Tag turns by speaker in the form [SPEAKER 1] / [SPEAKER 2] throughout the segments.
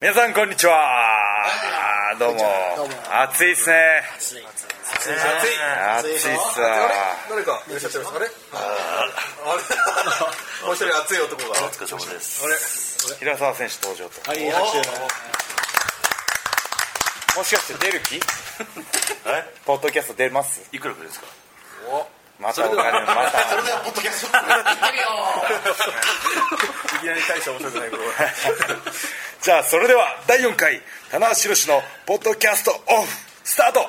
[SPEAKER 1] 皆さんこんにちはどうも
[SPEAKER 2] どうも
[SPEAKER 1] 暑いっすね
[SPEAKER 2] 暑い暑い
[SPEAKER 1] 暑いっすわ
[SPEAKER 3] あれ誰かいらっしゃってますかねあれもう一人熱い男が
[SPEAKER 4] お疲れ様です。
[SPEAKER 1] 平沢選手登場と
[SPEAKER 2] はい拍手
[SPEAKER 1] もしかして出る 気ポッドキャスト出ます
[SPEAKER 4] いくらくらいですか。
[SPEAKER 1] またお金また
[SPEAKER 3] それではポッドキャストいきなり大した面白くないことが
[SPEAKER 1] じゃあそれでは第4回棚橋宏のポッドキャストオフスタート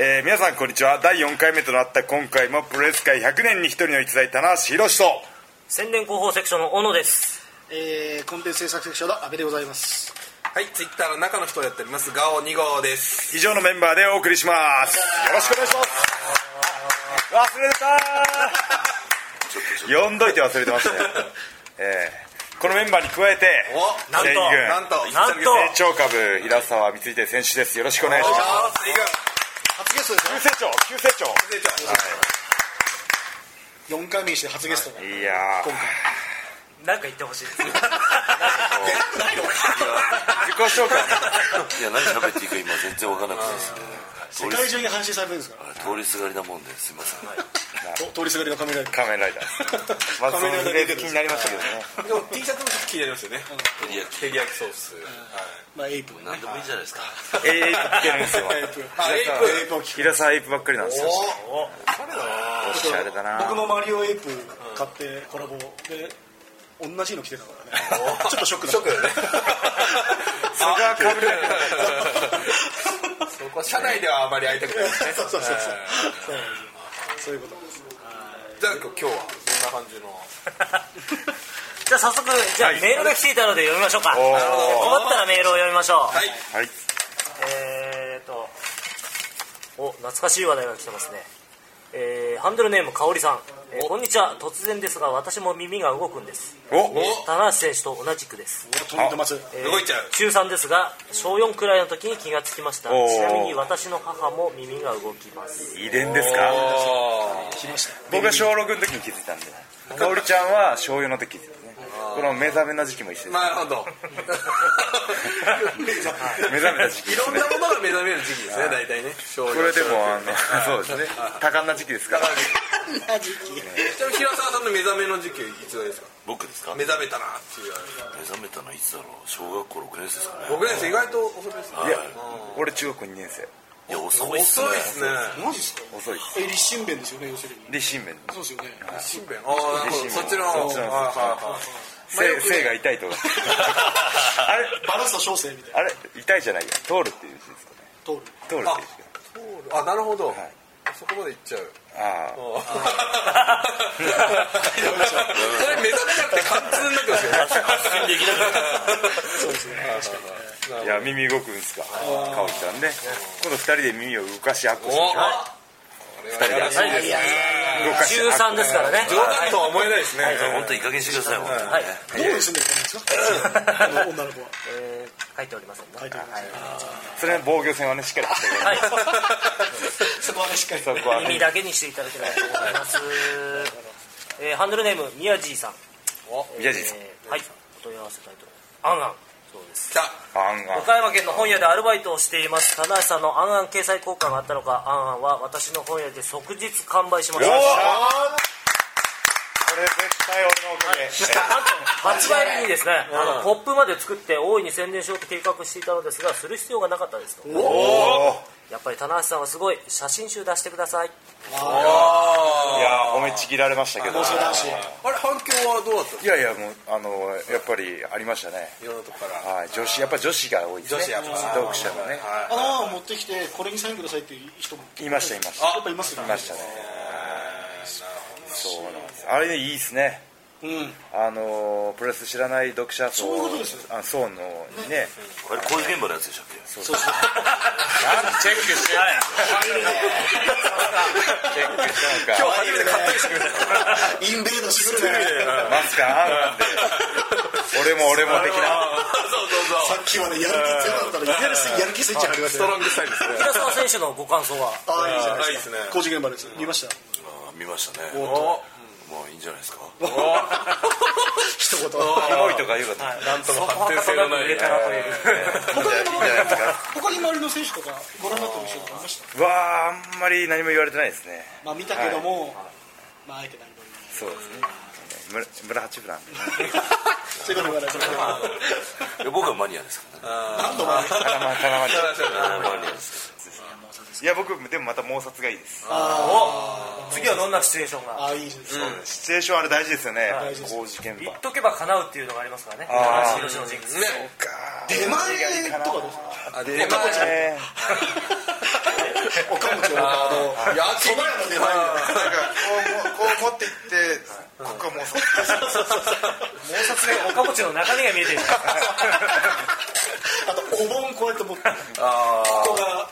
[SPEAKER 1] えー皆さんこんにちは第4回目となった今回もプロレス界100年に一人の逸材棚橋宏と
[SPEAKER 5] 宣伝広報セクションの小野です
[SPEAKER 2] えーコンテンツ制作セクションの阿部でございます
[SPEAKER 3] はいツイッターの中の人をやっておりますガオ2号です
[SPEAKER 1] 以上のメンバーでお送りしますよろしくお願いします忘れてた呼んどいて忘れてましたね、 えーこのメンバーに加えて
[SPEAKER 3] お
[SPEAKER 5] なんと
[SPEAKER 1] 全員軍
[SPEAKER 3] なんと
[SPEAKER 5] なんと
[SPEAKER 1] 成長株平沢光秀選手ですよろしくお願いします
[SPEAKER 3] いいか
[SPEAKER 2] 初ゲストです
[SPEAKER 1] 急
[SPEAKER 2] ね
[SPEAKER 1] 成長急成
[SPEAKER 3] 出ちゃう
[SPEAKER 2] 4回目にして初ゲストが
[SPEAKER 1] 長いやー
[SPEAKER 5] なんか言ってほしいです
[SPEAKER 1] 自己紹介
[SPEAKER 4] いや、何喋っていいか今全然わからなくてですね。
[SPEAKER 2] 世界中に配信されてるんですから
[SPEAKER 4] 通りすがりなもんですいません。
[SPEAKER 2] と通りすがりのカメラに
[SPEAKER 1] 仮面ライダーまあそのフレーズ気になりましたけどね
[SPEAKER 3] でも T シャツもちょっと気になりますよね
[SPEAKER 4] 照り焼き。
[SPEAKER 3] 照り焼きソース
[SPEAKER 2] まあエイプをね
[SPEAKER 4] 何でもいいじゃないですか。
[SPEAKER 1] ええいつけるんですよ
[SPEAKER 2] エイプ
[SPEAKER 3] あエイ
[SPEAKER 1] そう
[SPEAKER 2] エイプを聞く
[SPEAKER 1] 平沢エイプばっかりなんですよ
[SPEAKER 3] お
[SPEAKER 1] おしゃれだな
[SPEAKER 2] 僕のマリオエイプ買ってコラボで同じの着てたからね ちょっとショックだショックだね
[SPEAKER 1] そこは被る
[SPEAKER 3] そこは社内ではあまり会いたくないですね
[SPEAKER 2] そうそうそう
[SPEAKER 3] はい
[SPEAKER 2] そうなんですよそういうこと
[SPEAKER 3] じゃあ今日はそんな感じの
[SPEAKER 5] じゃあ早速じゃあ
[SPEAKER 1] はい
[SPEAKER 5] メールが来ていたので読みましょうか
[SPEAKER 1] おー
[SPEAKER 5] 困ったらメールを読みましょう、
[SPEAKER 3] はい
[SPEAKER 1] はい
[SPEAKER 5] えーとお懐かしい話題が来てますねえーハンドルネームかおりさん、えーこんにちは突然ですが私も耳が動くんです
[SPEAKER 1] お
[SPEAKER 5] 棚橋選手と同じくです、
[SPEAKER 2] お飛んでます
[SPEAKER 5] え
[SPEAKER 3] 動いちゃう
[SPEAKER 5] 中3ですが小4くらいの時に気がつきました
[SPEAKER 1] おー
[SPEAKER 5] ちなみに私の母も耳が動きます
[SPEAKER 1] 遺伝ですか
[SPEAKER 2] 来ました
[SPEAKER 1] 僕は小6の時に気づいたんで香織ちゃんは小4の時ですねこの目覚めの時期も一緒です、
[SPEAKER 3] なるほど
[SPEAKER 1] 目覚めた時期
[SPEAKER 3] いろんなものが目覚める時期ですね大体ねこ
[SPEAKER 1] これでもあのそうですね多感な時期ですから
[SPEAKER 3] ちなみに平沢さんの目覚めの時期いつぐらいですか
[SPEAKER 4] 僕ですか。
[SPEAKER 3] 目
[SPEAKER 4] 目
[SPEAKER 3] 覚めたなっていう
[SPEAKER 4] 覚めたのいつだろう。小学校六年生ですかね。
[SPEAKER 3] 僕です意外と遅めですね
[SPEAKER 1] いや俺中学2年生
[SPEAKER 4] いや、遅いっす
[SPEAKER 3] 遅い
[SPEAKER 4] ね。
[SPEAKER 3] ですね
[SPEAKER 2] マジっすか
[SPEAKER 1] 遅いです
[SPEAKER 2] え立身弁ですよね要するに
[SPEAKER 1] で新聞
[SPEAKER 2] そうですよね
[SPEAKER 3] 新聞ああなるほどそっちの
[SPEAKER 1] そ
[SPEAKER 3] 方
[SPEAKER 1] っちの方
[SPEAKER 3] はいはいはい
[SPEAKER 1] 性性が痛いと かあれ
[SPEAKER 2] バラスト小生みたいな
[SPEAKER 1] あれ痛いじゃないよ通るっていう字ですかね
[SPEAKER 2] 通る
[SPEAKER 1] 通るっていう字ですか
[SPEAKER 3] あなるほど
[SPEAKER 1] い
[SPEAKER 3] そこまでいっちゃう
[SPEAKER 1] あ
[SPEAKER 3] それ目覚めなくて貫通になってますよね
[SPEAKER 4] できな
[SPEAKER 2] そうですね確かに
[SPEAKER 1] あいや耳動くんですか香織ちゃんね今度2人で耳を動かしアッコ
[SPEAKER 3] お
[SPEAKER 1] して
[SPEAKER 3] これはやらしいですね
[SPEAKER 1] 動かし
[SPEAKER 5] 中3ですからね
[SPEAKER 3] 冗談とは思えないですね
[SPEAKER 4] 本当いい加減にしてください。本当にね
[SPEAKER 5] はい
[SPEAKER 2] どこに住んでる かなんですかあの女の子は
[SPEAKER 5] えー書いておりませんね
[SPEAKER 2] 書いておりません
[SPEAKER 1] それの防御線はねしっかり張ってください
[SPEAKER 2] そこはねしっか り
[SPEAKER 1] そこは
[SPEAKER 5] 耳
[SPEAKER 1] ね
[SPEAKER 5] だけにしていただければと思い ます、えーハンドルネーム宮地さん
[SPEAKER 1] 宮地さん
[SPEAKER 5] えーはいお問い合わせタイトルあんあんそうです
[SPEAKER 3] 来た
[SPEAKER 1] あんあん
[SPEAKER 5] 岡山県の本屋でアルバイトをしています棚橋さんの「あんあん」掲載効果があったのかあんあんは私の本屋で即日完売しまし
[SPEAKER 1] よったこれ絶対俺のおかげ
[SPEAKER 5] なんと発売日にですねあのポップまで作って大いに宣伝しようと計画していたのですがする必要がなかったですと
[SPEAKER 1] おお
[SPEAKER 5] やっぱり棚橋さんはすごい写真集出してください
[SPEAKER 1] いやー褒めちぎられましたけど
[SPEAKER 2] 面白い男子
[SPEAKER 3] あれ反響はどうだったの
[SPEAKER 1] いやいやもうあのやっぱりありましたね
[SPEAKER 3] いろんなとこ から
[SPEAKER 1] はい女子やっぱ女子が多いですね
[SPEAKER 3] 女子やっぱ
[SPEAKER 1] 読者がね
[SPEAKER 2] あの案を持ってきてこれにサインくださいっていう人も
[SPEAKER 1] いましたいました
[SPEAKER 2] やっぱいますよ
[SPEAKER 1] い
[SPEAKER 2] ね
[SPEAKER 1] ましたねそうなんですあれねいいですね
[SPEAKER 2] うん
[SPEAKER 1] あのープロレス知らない読者層
[SPEAKER 2] そういうことです
[SPEAKER 1] あ層のにね
[SPEAKER 4] あれ、工事現場のやつでしたっけ。
[SPEAKER 2] そうそう
[SPEAKER 1] チェックしてないチェックしたのか
[SPEAKER 3] 今日初めて買ったりしてくれた
[SPEAKER 2] インベードしてくるね
[SPEAKER 1] マスカあんなんで俺も俺も的な
[SPEAKER 4] そうそうそう
[SPEAKER 2] さっきまでやる気強かったのに、やる気やる気スイッチ入りまし
[SPEAKER 3] ス
[SPEAKER 2] た
[SPEAKER 3] ト
[SPEAKER 2] ね。
[SPEAKER 3] ロングスタイルですね
[SPEAKER 5] 平沢選手のご感想は
[SPEAKER 2] ああ、いいじゃな
[SPEAKER 3] ああい
[SPEAKER 2] いです
[SPEAKER 3] いです
[SPEAKER 2] か
[SPEAKER 3] ね。
[SPEAKER 2] 工事現場です。見ました。
[SPEAKER 4] あー見ましたね
[SPEAKER 2] お
[SPEAKER 4] もういいんじゃないですか
[SPEAKER 2] 一言。
[SPEAKER 1] キモいとか言うかと
[SPEAKER 3] なんとも発展性のない
[SPEAKER 1] い
[SPEAKER 2] 他に
[SPEAKER 1] いんじゃないですか
[SPEAKER 2] 他に周りの選手とかご覧になってる人とかいました。
[SPEAKER 1] うわーあんまり何も言われてないですね
[SPEAKER 2] まあ見たけども、まああえて何も
[SPEAKER 1] そうですね村村八分なんで
[SPEAKER 2] そういうことがない。それから
[SPEAKER 4] いや僕はマニアですからね
[SPEAKER 2] 何度もある。
[SPEAKER 1] たまたまに
[SPEAKER 4] マニアです
[SPEAKER 1] いや僕でもまた毛察がいいです
[SPEAKER 5] 次はどんなシチュエーションが
[SPEAKER 2] ああ、いいですね。
[SPEAKER 1] シチュエーションあれ大事ですよね
[SPEAKER 2] 大事です
[SPEAKER 1] 工事現
[SPEAKER 5] 言っ
[SPEAKER 1] 場
[SPEAKER 5] とけば叶うっていうのがありますからね
[SPEAKER 1] あー
[SPEAKER 5] 高橋宏のジンクス
[SPEAKER 2] 出前とかどうですか。
[SPEAKER 3] あで
[SPEAKER 1] で
[SPEAKER 3] まあ
[SPEAKER 1] ね
[SPEAKER 2] おかもちのあの
[SPEAKER 3] いや
[SPEAKER 2] 蕎麦屋の出前みたいな。
[SPEAKER 1] なんかこうもこう持っていってここはもうそ
[SPEAKER 5] もう卒で岡持ちの中身が見え てる
[SPEAKER 2] あとお盆こうやって持って
[SPEAKER 3] あー
[SPEAKER 2] ここが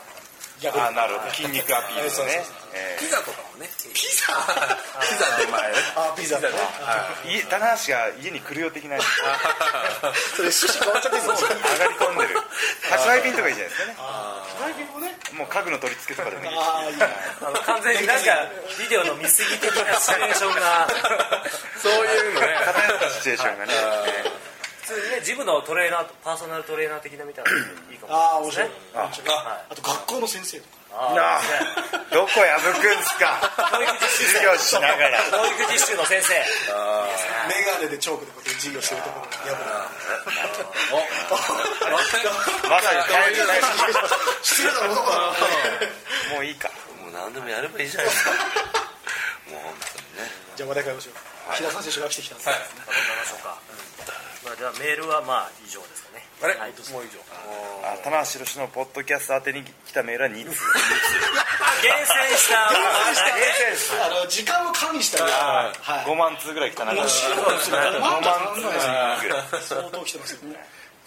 [SPEAKER 2] 逆に
[SPEAKER 1] あなるほど筋肉アピールですねえ
[SPEAKER 3] ピザとかもねピ
[SPEAKER 2] ピザ
[SPEAKER 3] ザ出前
[SPEAKER 2] あピザね
[SPEAKER 1] ーい棚橋が家に来るよ的な上
[SPEAKER 2] それ趣旨変わっちゃってるんですよ
[SPEAKER 1] がり込んでる宅配便とかいいじゃないですかね
[SPEAKER 2] ライブもね
[SPEAKER 1] もう家具の取り付けとかでもいい
[SPEAKER 2] ああいいな
[SPEAKER 5] あの完全になんかビデオの見過ぎ的なシチュエーションが
[SPEAKER 3] そういうのね
[SPEAKER 1] 偏ったシチュエーションがね
[SPEAKER 5] 普通にねジムのトレーナーパーソナルトレーナー的なみたいなのがいいかも
[SPEAKER 2] ああ面
[SPEAKER 5] しれ
[SPEAKER 2] 白
[SPEAKER 5] ないいですね
[SPEAKER 2] 面白いあと学校の先生とか
[SPEAKER 5] あ
[SPEAKER 1] なあ
[SPEAKER 5] ーね
[SPEAKER 1] どこ破くんすか
[SPEAKER 5] 教育実
[SPEAKER 1] 授業し
[SPEAKER 5] 習
[SPEAKER 1] ながら
[SPEAKER 5] 教育実習の先生
[SPEAKER 2] メガネでチョークでこうやって授業してるところや
[SPEAKER 1] ま
[SPEAKER 2] ば
[SPEAKER 1] さに帰りない
[SPEAKER 2] い失礼な男だ
[SPEAKER 1] も
[SPEAKER 2] な
[SPEAKER 1] ういいか
[SPEAKER 4] もう何でもやればいいじゃないですかもう本当にね
[SPEAKER 2] じゃあ話題変えましょう平沢選手が来てきたんで
[SPEAKER 5] まあではメールはまあ以上ですかね
[SPEAKER 3] あれ
[SPEAKER 5] はい
[SPEAKER 3] もう以上
[SPEAKER 1] あ棚橋宏のポッドキャスト宛てに来たメールは2通
[SPEAKER 5] 厳選した
[SPEAKER 2] あの時間を加味したらはい
[SPEAKER 1] 5万通ぐらい来たな
[SPEAKER 2] 面白いですね
[SPEAKER 1] 5万通ぐらい
[SPEAKER 2] 相当来てますよね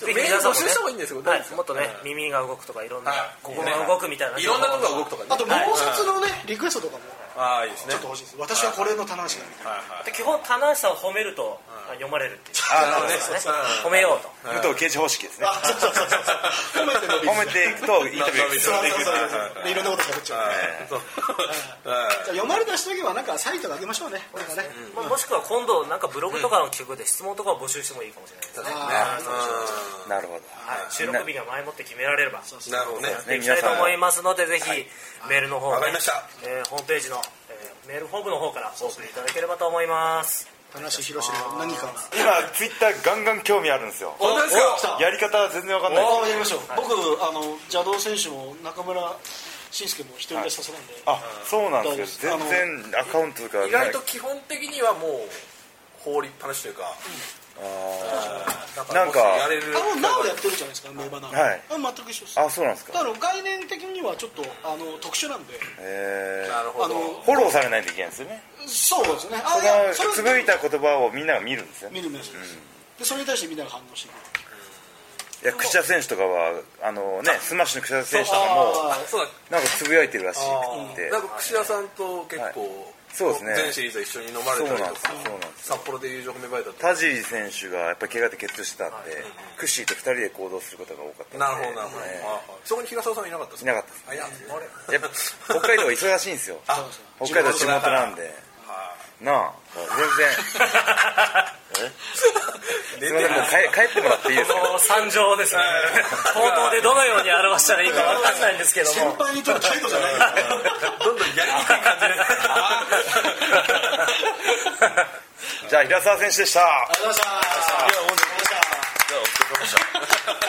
[SPEAKER 5] ぜひ
[SPEAKER 3] メール
[SPEAKER 5] 皆さん
[SPEAKER 3] 募
[SPEAKER 5] も
[SPEAKER 3] 集
[SPEAKER 5] ね
[SPEAKER 3] した方がいいんですよどう
[SPEAKER 5] は
[SPEAKER 3] で
[SPEAKER 5] い
[SPEAKER 3] す、
[SPEAKER 5] も
[SPEAKER 3] か
[SPEAKER 5] っとね、耳が動くとかいろんな、
[SPEAKER 3] はい
[SPEAKER 5] ここが動くみたいな、
[SPEAKER 3] いろんなとこが動くとかね
[SPEAKER 2] あと毛髪のねリクエストとかも
[SPEAKER 3] ああいいですね
[SPEAKER 2] ちょっと欲しいです私はこれの棚橋だみたいな
[SPEAKER 5] で基本棚橋さんを褒めると、あ読まれるっていう
[SPEAKER 1] あなるほど
[SPEAKER 5] そうですね
[SPEAKER 3] そうそう
[SPEAKER 5] 褒めようと
[SPEAKER 1] 武藤刑事方式ですね
[SPEAKER 2] あそうそうそうそう褒めて伸び
[SPEAKER 1] 褒めていくとイン
[SPEAKER 2] る
[SPEAKER 1] タビュー
[SPEAKER 2] そう
[SPEAKER 1] が
[SPEAKER 2] そう
[SPEAKER 1] でき
[SPEAKER 2] そう
[SPEAKER 1] る
[SPEAKER 2] そうでいろんなこと喋っちゃうじゃあ読まれた人にはなんかサイトがあげましょうねなんかね
[SPEAKER 5] まあ、もしくは今度なんかブログとかの企画で質問とかを募集してもいいかもしれないですね、
[SPEAKER 2] あー
[SPEAKER 1] なるほど
[SPEAKER 5] はい、収録日が前もって決められれば
[SPEAKER 3] なるほどね
[SPEAKER 5] やっていきたいと思いますのでぜひメールの方をね
[SPEAKER 3] わかりました
[SPEAKER 5] えーホームページの、えーメールフォームの方からお送りいただければと思います
[SPEAKER 2] 田無宏の何か
[SPEAKER 1] 今ツイッターガンガン興味あるんですよ
[SPEAKER 3] 本当ですか
[SPEAKER 2] あ
[SPEAKER 1] やり方は全然わかんないです
[SPEAKER 2] あやりましょう僕あの邪道選手も中村慎介も一人でさせなんで
[SPEAKER 1] あそうなんですよ全然アカウントとか
[SPEAKER 3] 意
[SPEAKER 1] な
[SPEAKER 3] 外
[SPEAKER 1] い
[SPEAKER 3] と基本的にはもう放りっぱなしというかあー
[SPEAKER 1] なんか
[SPEAKER 3] もしやれる
[SPEAKER 2] あもうなおやってるじゃないですか名場な
[SPEAKER 1] はい
[SPEAKER 2] あ全く一緒ですだ
[SPEAKER 1] あそうなんですか
[SPEAKER 2] から概念的にはちょっとあの特殊なんで
[SPEAKER 1] え
[SPEAKER 3] なるほ
[SPEAKER 2] あの
[SPEAKER 3] ど
[SPEAKER 1] フォローされないといけないんですよね
[SPEAKER 2] そうですねあ
[SPEAKER 1] そ
[SPEAKER 2] いや
[SPEAKER 1] のつ
[SPEAKER 2] そ
[SPEAKER 1] ぶ
[SPEAKER 2] れ
[SPEAKER 1] いた言葉をみんなが見るんですよね
[SPEAKER 2] 見る目ですでそれに対してみんなが反応してくる
[SPEAKER 1] いや櫛田選手とかはあのねスマッシュの櫛田選手とかも
[SPEAKER 2] あ
[SPEAKER 3] そうだ
[SPEAKER 1] なんかつぶやいてるらしくて
[SPEAKER 3] なんか串田さんと結構、
[SPEAKER 1] そうですね
[SPEAKER 3] 全シリーズ一緒に飲まれたりとか
[SPEAKER 1] そうなんですそうなんで
[SPEAKER 3] 札幌で友情芽生えたと
[SPEAKER 1] 田尻選手がやっぱり怪我で欠場してたんでクッシーと2人で行動することが多かったんで
[SPEAKER 3] なるほどなるほど、
[SPEAKER 1] ね
[SPEAKER 3] ああそこに平沢さんいなかったです
[SPEAKER 1] い
[SPEAKER 3] か
[SPEAKER 1] なかったです
[SPEAKER 3] あいやあれ
[SPEAKER 1] やっぱ北海道は忙しいんですよ
[SPEAKER 2] あそうです
[SPEAKER 1] 北海道地元なんでなあ全然えすいませんもう帰帰ってもらっていいですか
[SPEAKER 5] この惨状をですね口頭でどのように表したらいいかわかんないんですけど
[SPEAKER 2] 先
[SPEAKER 5] も
[SPEAKER 2] 輩にとる態度じゃない
[SPEAKER 3] どんどんやりにくい感じです
[SPEAKER 1] じゃあ平沢選手でした
[SPEAKER 2] ありがとうございました。あ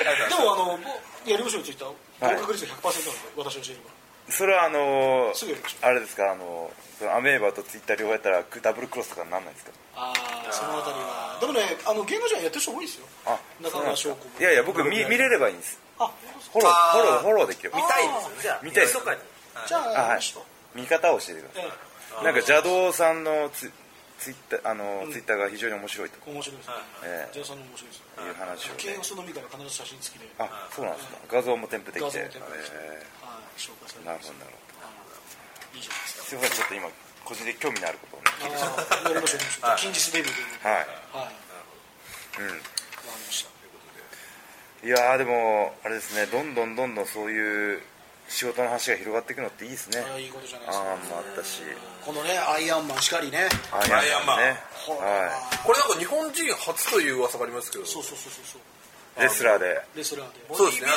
[SPEAKER 2] りがとうございました。でもあのもうやりましょうって言った
[SPEAKER 1] はい
[SPEAKER 2] 合格率100%なんで私のチームは
[SPEAKER 1] それはあのー
[SPEAKER 2] すぐやりましょ
[SPEAKER 1] あれですかあのーそのアメーバとツイッター両方やったらダブルクロスとかになんないですか
[SPEAKER 2] ああそのあたりはでもねあの芸能人はやってる人多いですよ
[SPEAKER 1] あ
[SPEAKER 2] 中村翔子も
[SPEAKER 1] いやいや僕見見れればいいんです
[SPEAKER 2] あ
[SPEAKER 1] フォロー
[SPEAKER 3] あ
[SPEAKER 1] フ
[SPEAKER 3] ー
[SPEAKER 1] ォローフォローできる
[SPEAKER 3] 見たいですよね
[SPEAKER 5] じゃあ
[SPEAKER 1] 見たいです
[SPEAKER 5] 密かに
[SPEAKER 2] じゃあ
[SPEAKER 1] あはい
[SPEAKER 2] あの人
[SPEAKER 1] 見方を教えてください
[SPEAKER 2] え
[SPEAKER 1] なんか邪道さんのツイツイッターあのー、ツイッターが非常に面白いと
[SPEAKER 2] え面白いですね
[SPEAKER 1] ええ
[SPEAKER 2] ジェイさんの面白いです
[SPEAKER 1] いう話を
[SPEAKER 2] 慶
[SPEAKER 1] ね
[SPEAKER 2] 応そのみから必ず写真付きではい
[SPEAKER 1] あそうなんですか画像も添付できて
[SPEAKER 2] 画像も添付できて
[SPEAKER 1] え
[SPEAKER 2] 紹介され
[SPEAKER 1] ーな
[SPEAKER 2] て
[SPEAKER 1] るほどな
[SPEAKER 2] ます
[SPEAKER 1] るほど
[SPEAKER 2] いいじゃないですか
[SPEAKER 1] すいませんちょっと今個人的に興味のあることをね
[SPEAKER 2] ああやりましょうやりましょうじゃあ近日デビュー
[SPEAKER 1] は
[SPEAKER 2] で
[SPEAKER 1] い
[SPEAKER 2] はいありました
[SPEAKER 1] いやーでもあれですねどんどんどんどんそういう仕事の話が広がっていくのっていいですね
[SPEAKER 2] ああいいことじゃない
[SPEAKER 1] あ
[SPEAKER 2] です
[SPEAKER 1] ー
[SPEAKER 2] か
[SPEAKER 1] もあったし
[SPEAKER 2] このねアイアンマンしかりね
[SPEAKER 1] アイアンマンね
[SPEAKER 2] ほら
[SPEAKER 1] は
[SPEAKER 3] これなんか日本人初という噂がありますけど
[SPEAKER 2] そうそうそうそうそう
[SPEAKER 1] いレスラーで
[SPEAKER 2] レスラーで
[SPEAKER 3] そうですね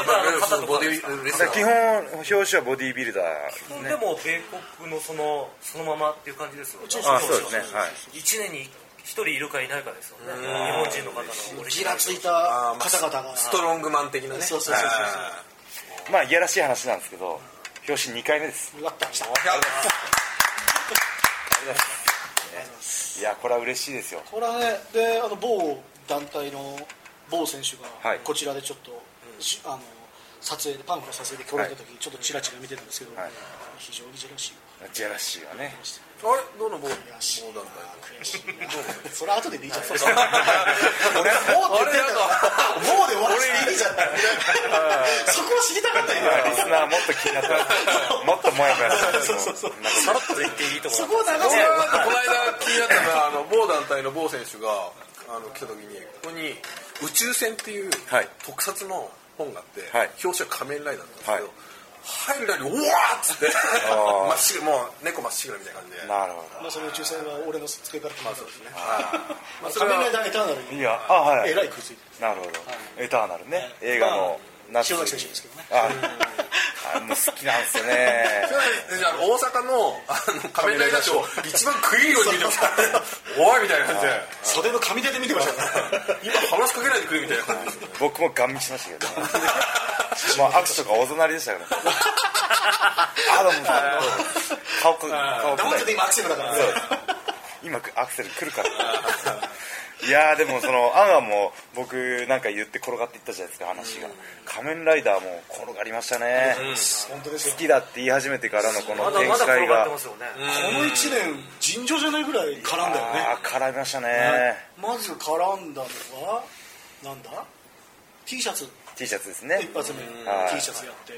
[SPEAKER 5] ボディビルダーの
[SPEAKER 3] ボディ
[SPEAKER 5] 方とか
[SPEAKER 3] レスラ
[SPEAKER 1] だから基
[SPEAKER 3] ー
[SPEAKER 1] 本表紙はボディービルダ
[SPEAKER 5] 基本
[SPEAKER 1] ー、ね、
[SPEAKER 5] でも米国のそのそのままっていう感じですよね
[SPEAKER 1] あそうですねはい
[SPEAKER 5] 1年に1人いるかいないかですよね日本人の方のオリジ
[SPEAKER 2] ギ
[SPEAKER 5] ナ
[SPEAKER 2] ラ
[SPEAKER 5] ル
[SPEAKER 2] ついた
[SPEAKER 3] あーまあ
[SPEAKER 2] 方々が
[SPEAKER 3] ストロングマン的なね
[SPEAKER 2] そうそうそうそう
[SPEAKER 3] あ
[SPEAKER 1] まあいやらしい話なんですけど表紙2回目です
[SPEAKER 2] うわったきた
[SPEAKER 3] ーいや
[SPEAKER 1] いやこれは嬉しいですよ
[SPEAKER 2] これはねであの某団体の某選手
[SPEAKER 1] は
[SPEAKER 2] が
[SPEAKER 1] い
[SPEAKER 2] こちらでちょっと、しあの撮影でパンフの撮影で来られた時、ちょっとチラチラ見てたんですけど、
[SPEAKER 1] はい
[SPEAKER 2] 非常にジェラシー
[SPEAKER 1] ジェラシーはね
[SPEAKER 3] あれどのボール
[SPEAKER 2] 悔しい
[SPEAKER 3] ボール団
[SPEAKER 2] 悔しいなそれは後ででいいじゃんもう
[SPEAKER 3] 体あれなんか
[SPEAKER 2] で終わらせていいじゃんそこは知りたかった
[SPEAKER 1] まあ
[SPEAKER 2] よ
[SPEAKER 1] リスナーもっと気になって ますもっともやもやしてると思うなんか
[SPEAKER 5] さらっと言っていいと思
[SPEAKER 2] そ
[SPEAKER 5] い
[SPEAKER 2] こは流
[SPEAKER 3] こ
[SPEAKER 2] せ
[SPEAKER 3] れ
[SPEAKER 2] よ
[SPEAKER 3] はなんかこの間気になったのはあの某団体の某選手があの来た時にここに「宇宙船」っていう
[SPEAKER 1] はい
[SPEAKER 3] 特撮の本があって、
[SPEAKER 1] はい
[SPEAKER 3] 表紙は仮面ライダーなんですけ
[SPEAKER 1] はい
[SPEAKER 3] ど、入るなりに「うわーっつって
[SPEAKER 1] ー
[SPEAKER 3] 真っ白もう猫真っ白みたいな感じで
[SPEAKER 1] なるほ
[SPEAKER 2] まあその宇宙船は俺の机から来まそうですね
[SPEAKER 3] まあそれ
[SPEAKER 2] 仮
[SPEAKER 3] は
[SPEAKER 2] 面ライダーエターナル
[SPEAKER 1] ど
[SPEAKER 2] に
[SPEAKER 1] いやあは
[SPEAKER 2] え
[SPEAKER 1] い
[SPEAKER 2] らい食いついて
[SPEAKER 1] なるほどエターナルね映画の
[SPEAKER 2] まあ
[SPEAKER 1] 夏
[SPEAKER 2] 塩崎選手ですけどね
[SPEAKER 1] ああもう好きなんですよね
[SPEAKER 3] でじゃあ大阪のあの仮面ライダーショー一番食いように見てましたおいみたいな感じで
[SPEAKER 2] 袖の紙手で見てましたからね
[SPEAKER 3] 今話しかけないでくれみたいな感じです
[SPEAKER 1] 僕もガン見しましたけどねもう握手とか大隣でしたからねあどうも顔か顔
[SPEAKER 2] 黙
[SPEAKER 1] か
[SPEAKER 2] ってて今アクセルだからね
[SPEAKER 1] 今アクセル来るからいやーでもそのアンアンも僕なんか言って転がっていったじゃないですか話が仮面ライダーも転がりましたね、
[SPEAKER 2] 本当ですよ
[SPEAKER 1] 好きだって言い始めてからのこ
[SPEAKER 5] ま
[SPEAKER 1] の
[SPEAKER 5] だ
[SPEAKER 1] 展
[SPEAKER 5] まだ転
[SPEAKER 1] 開
[SPEAKER 5] がっ
[SPEAKER 1] が
[SPEAKER 5] てますよね
[SPEAKER 2] この1年尋常じゃないぐらい絡んだよね
[SPEAKER 1] あー絡みましたね
[SPEAKER 2] まず絡んだのはなんだ T シャツ
[SPEAKER 1] T シャツですね
[SPEAKER 2] 一発目
[SPEAKER 1] はい
[SPEAKER 2] T シャツやって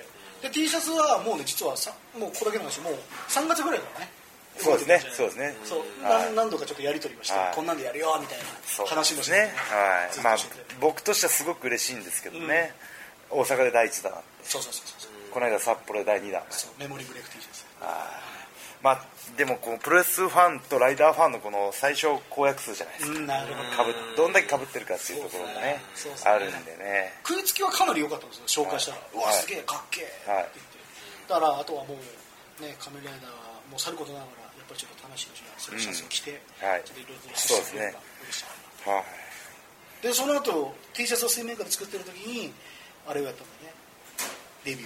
[SPEAKER 2] で T シャツはもうね実はさもうここだけの話もう3月ぐらいからね
[SPEAKER 1] そうですね
[SPEAKER 2] 動いてたんじゃない
[SPEAKER 1] そうですね
[SPEAKER 2] そう
[SPEAKER 1] はい
[SPEAKER 2] 何何度かちょっとやり取りまして
[SPEAKER 1] はい
[SPEAKER 2] こんなんでやるよみたい
[SPEAKER 1] そ
[SPEAKER 2] な
[SPEAKER 1] う
[SPEAKER 2] 話もして
[SPEAKER 1] ねはいまあ
[SPEAKER 2] ずっとしてて
[SPEAKER 1] 僕としてはすごく嬉しいんですけどね、大阪で第一弾
[SPEAKER 2] そうそうそうそう
[SPEAKER 1] この間札幌で第二弾
[SPEAKER 2] そうメモリーブレイク T シャツ
[SPEAKER 1] まあでもこのプロレスファンとライダーファンのこの最小公約数じゃないですか,、
[SPEAKER 2] うんなるほど
[SPEAKER 1] かぶどんだけかぶってるかっていうところがね
[SPEAKER 2] そうですね
[SPEAKER 1] あるんでね
[SPEAKER 2] 食いつきはかなり良かったんですよ紹介したら、
[SPEAKER 1] はいう
[SPEAKER 2] わ
[SPEAKER 1] はい
[SPEAKER 2] すげえかっけえって言って、
[SPEAKER 1] はい
[SPEAKER 2] だからあとはもうね仮面ライダーもさることながらやっぱりちょっと楽しいしそのシャツを着て、
[SPEAKER 1] はい
[SPEAKER 2] ちょっといろいろと
[SPEAKER 1] そうですねはい
[SPEAKER 2] でその後 T シャツを水面下で作ってる時にあれをやったんだよねデビ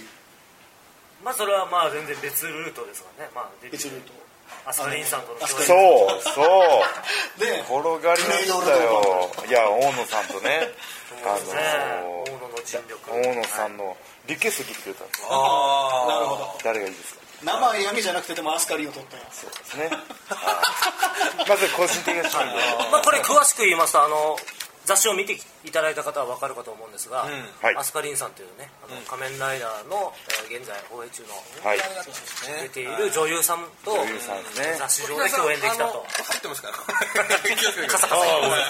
[SPEAKER 2] ュー
[SPEAKER 5] まあそれはまあ全然別ルートですからねまあデビュ
[SPEAKER 2] 別ルー
[SPEAKER 5] ー
[SPEAKER 2] ト
[SPEAKER 5] アスカリンさんとの
[SPEAKER 2] あの
[SPEAKER 5] 共演
[SPEAKER 1] そうそう
[SPEAKER 2] で
[SPEAKER 1] 転がりましたよいや大野さんとねあ
[SPEAKER 5] ですね
[SPEAKER 1] の
[SPEAKER 5] 大野の尽力
[SPEAKER 1] 大野さんのリクエスト聞いてくれたんですよ
[SPEAKER 3] あ
[SPEAKER 2] なるほど
[SPEAKER 1] 誰がいいですか
[SPEAKER 2] 生闇じゃなくてでもアスカリンを取ったら
[SPEAKER 1] そうですねはいまず個人的な趣味で
[SPEAKER 5] まあこれ詳しく言いますとあの雑誌を見ていただいた方は分かるかと思うんですが、
[SPEAKER 1] はい
[SPEAKER 5] アスカリンさんというねあの仮面ライダーの、えー現在放映中の
[SPEAKER 1] はい
[SPEAKER 5] 出ている女優さんと
[SPEAKER 1] 女優さんですね
[SPEAKER 5] 雑誌上で共演できたと
[SPEAKER 3] 入ってますから
[SPEAKER 5] カサカサ言います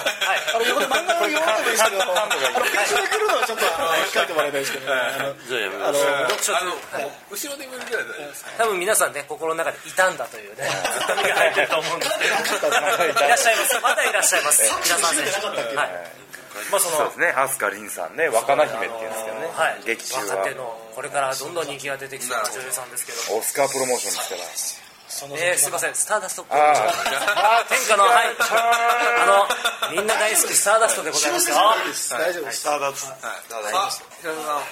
[SPEAKER 5] はい
[SPEAKER 2] あれ横で漫画を読んでもいいですけどあのページで来るのはちょっとあの控えてもらいたいですけどねあの
[SPEAKER 4] じゃあやめま
[SPEAKER 2] あ
[SPEAKER 4] す
[SPEAKER 2] の
[SPEAKER 5] 読書
[SPEAKER 3] あの後ろで見るぐらいで大丈夫です
[SPEAKER 5] 多分皆さんね心の中で傷んだというねずっと目が入ってると思うんですけどいらっしゃいますまだいらっしゃいます皆さん選手はいまあそ
[SPEAKER 1] そうです
[SPEAKER 5] の
[SPEAKER 1] ね飛鳥凛さんね若菜姫って言うんですけどね、
[SPEAKER 5] はい
[SPEAKER 1] 劇中
[SPEAKER 5] 若手
[SPEAKER 1] は
[SPEAKER 5] のこれからどんどん人気が出てきそうな女優さんですけども
[SPEAKER 1] オスカープロモーションですから
[SPEAKER 2] その
[SPEAKER 5] えー、すいません、スターダスト。天
[SPEAKER 1] あ
[SPEAKER 5] 下の、はい、あの、みんな大好き、スターダストでございますよ。
[SPEAKER 2] 大丈夫です。
[SPEAKER 3] あ平田さんお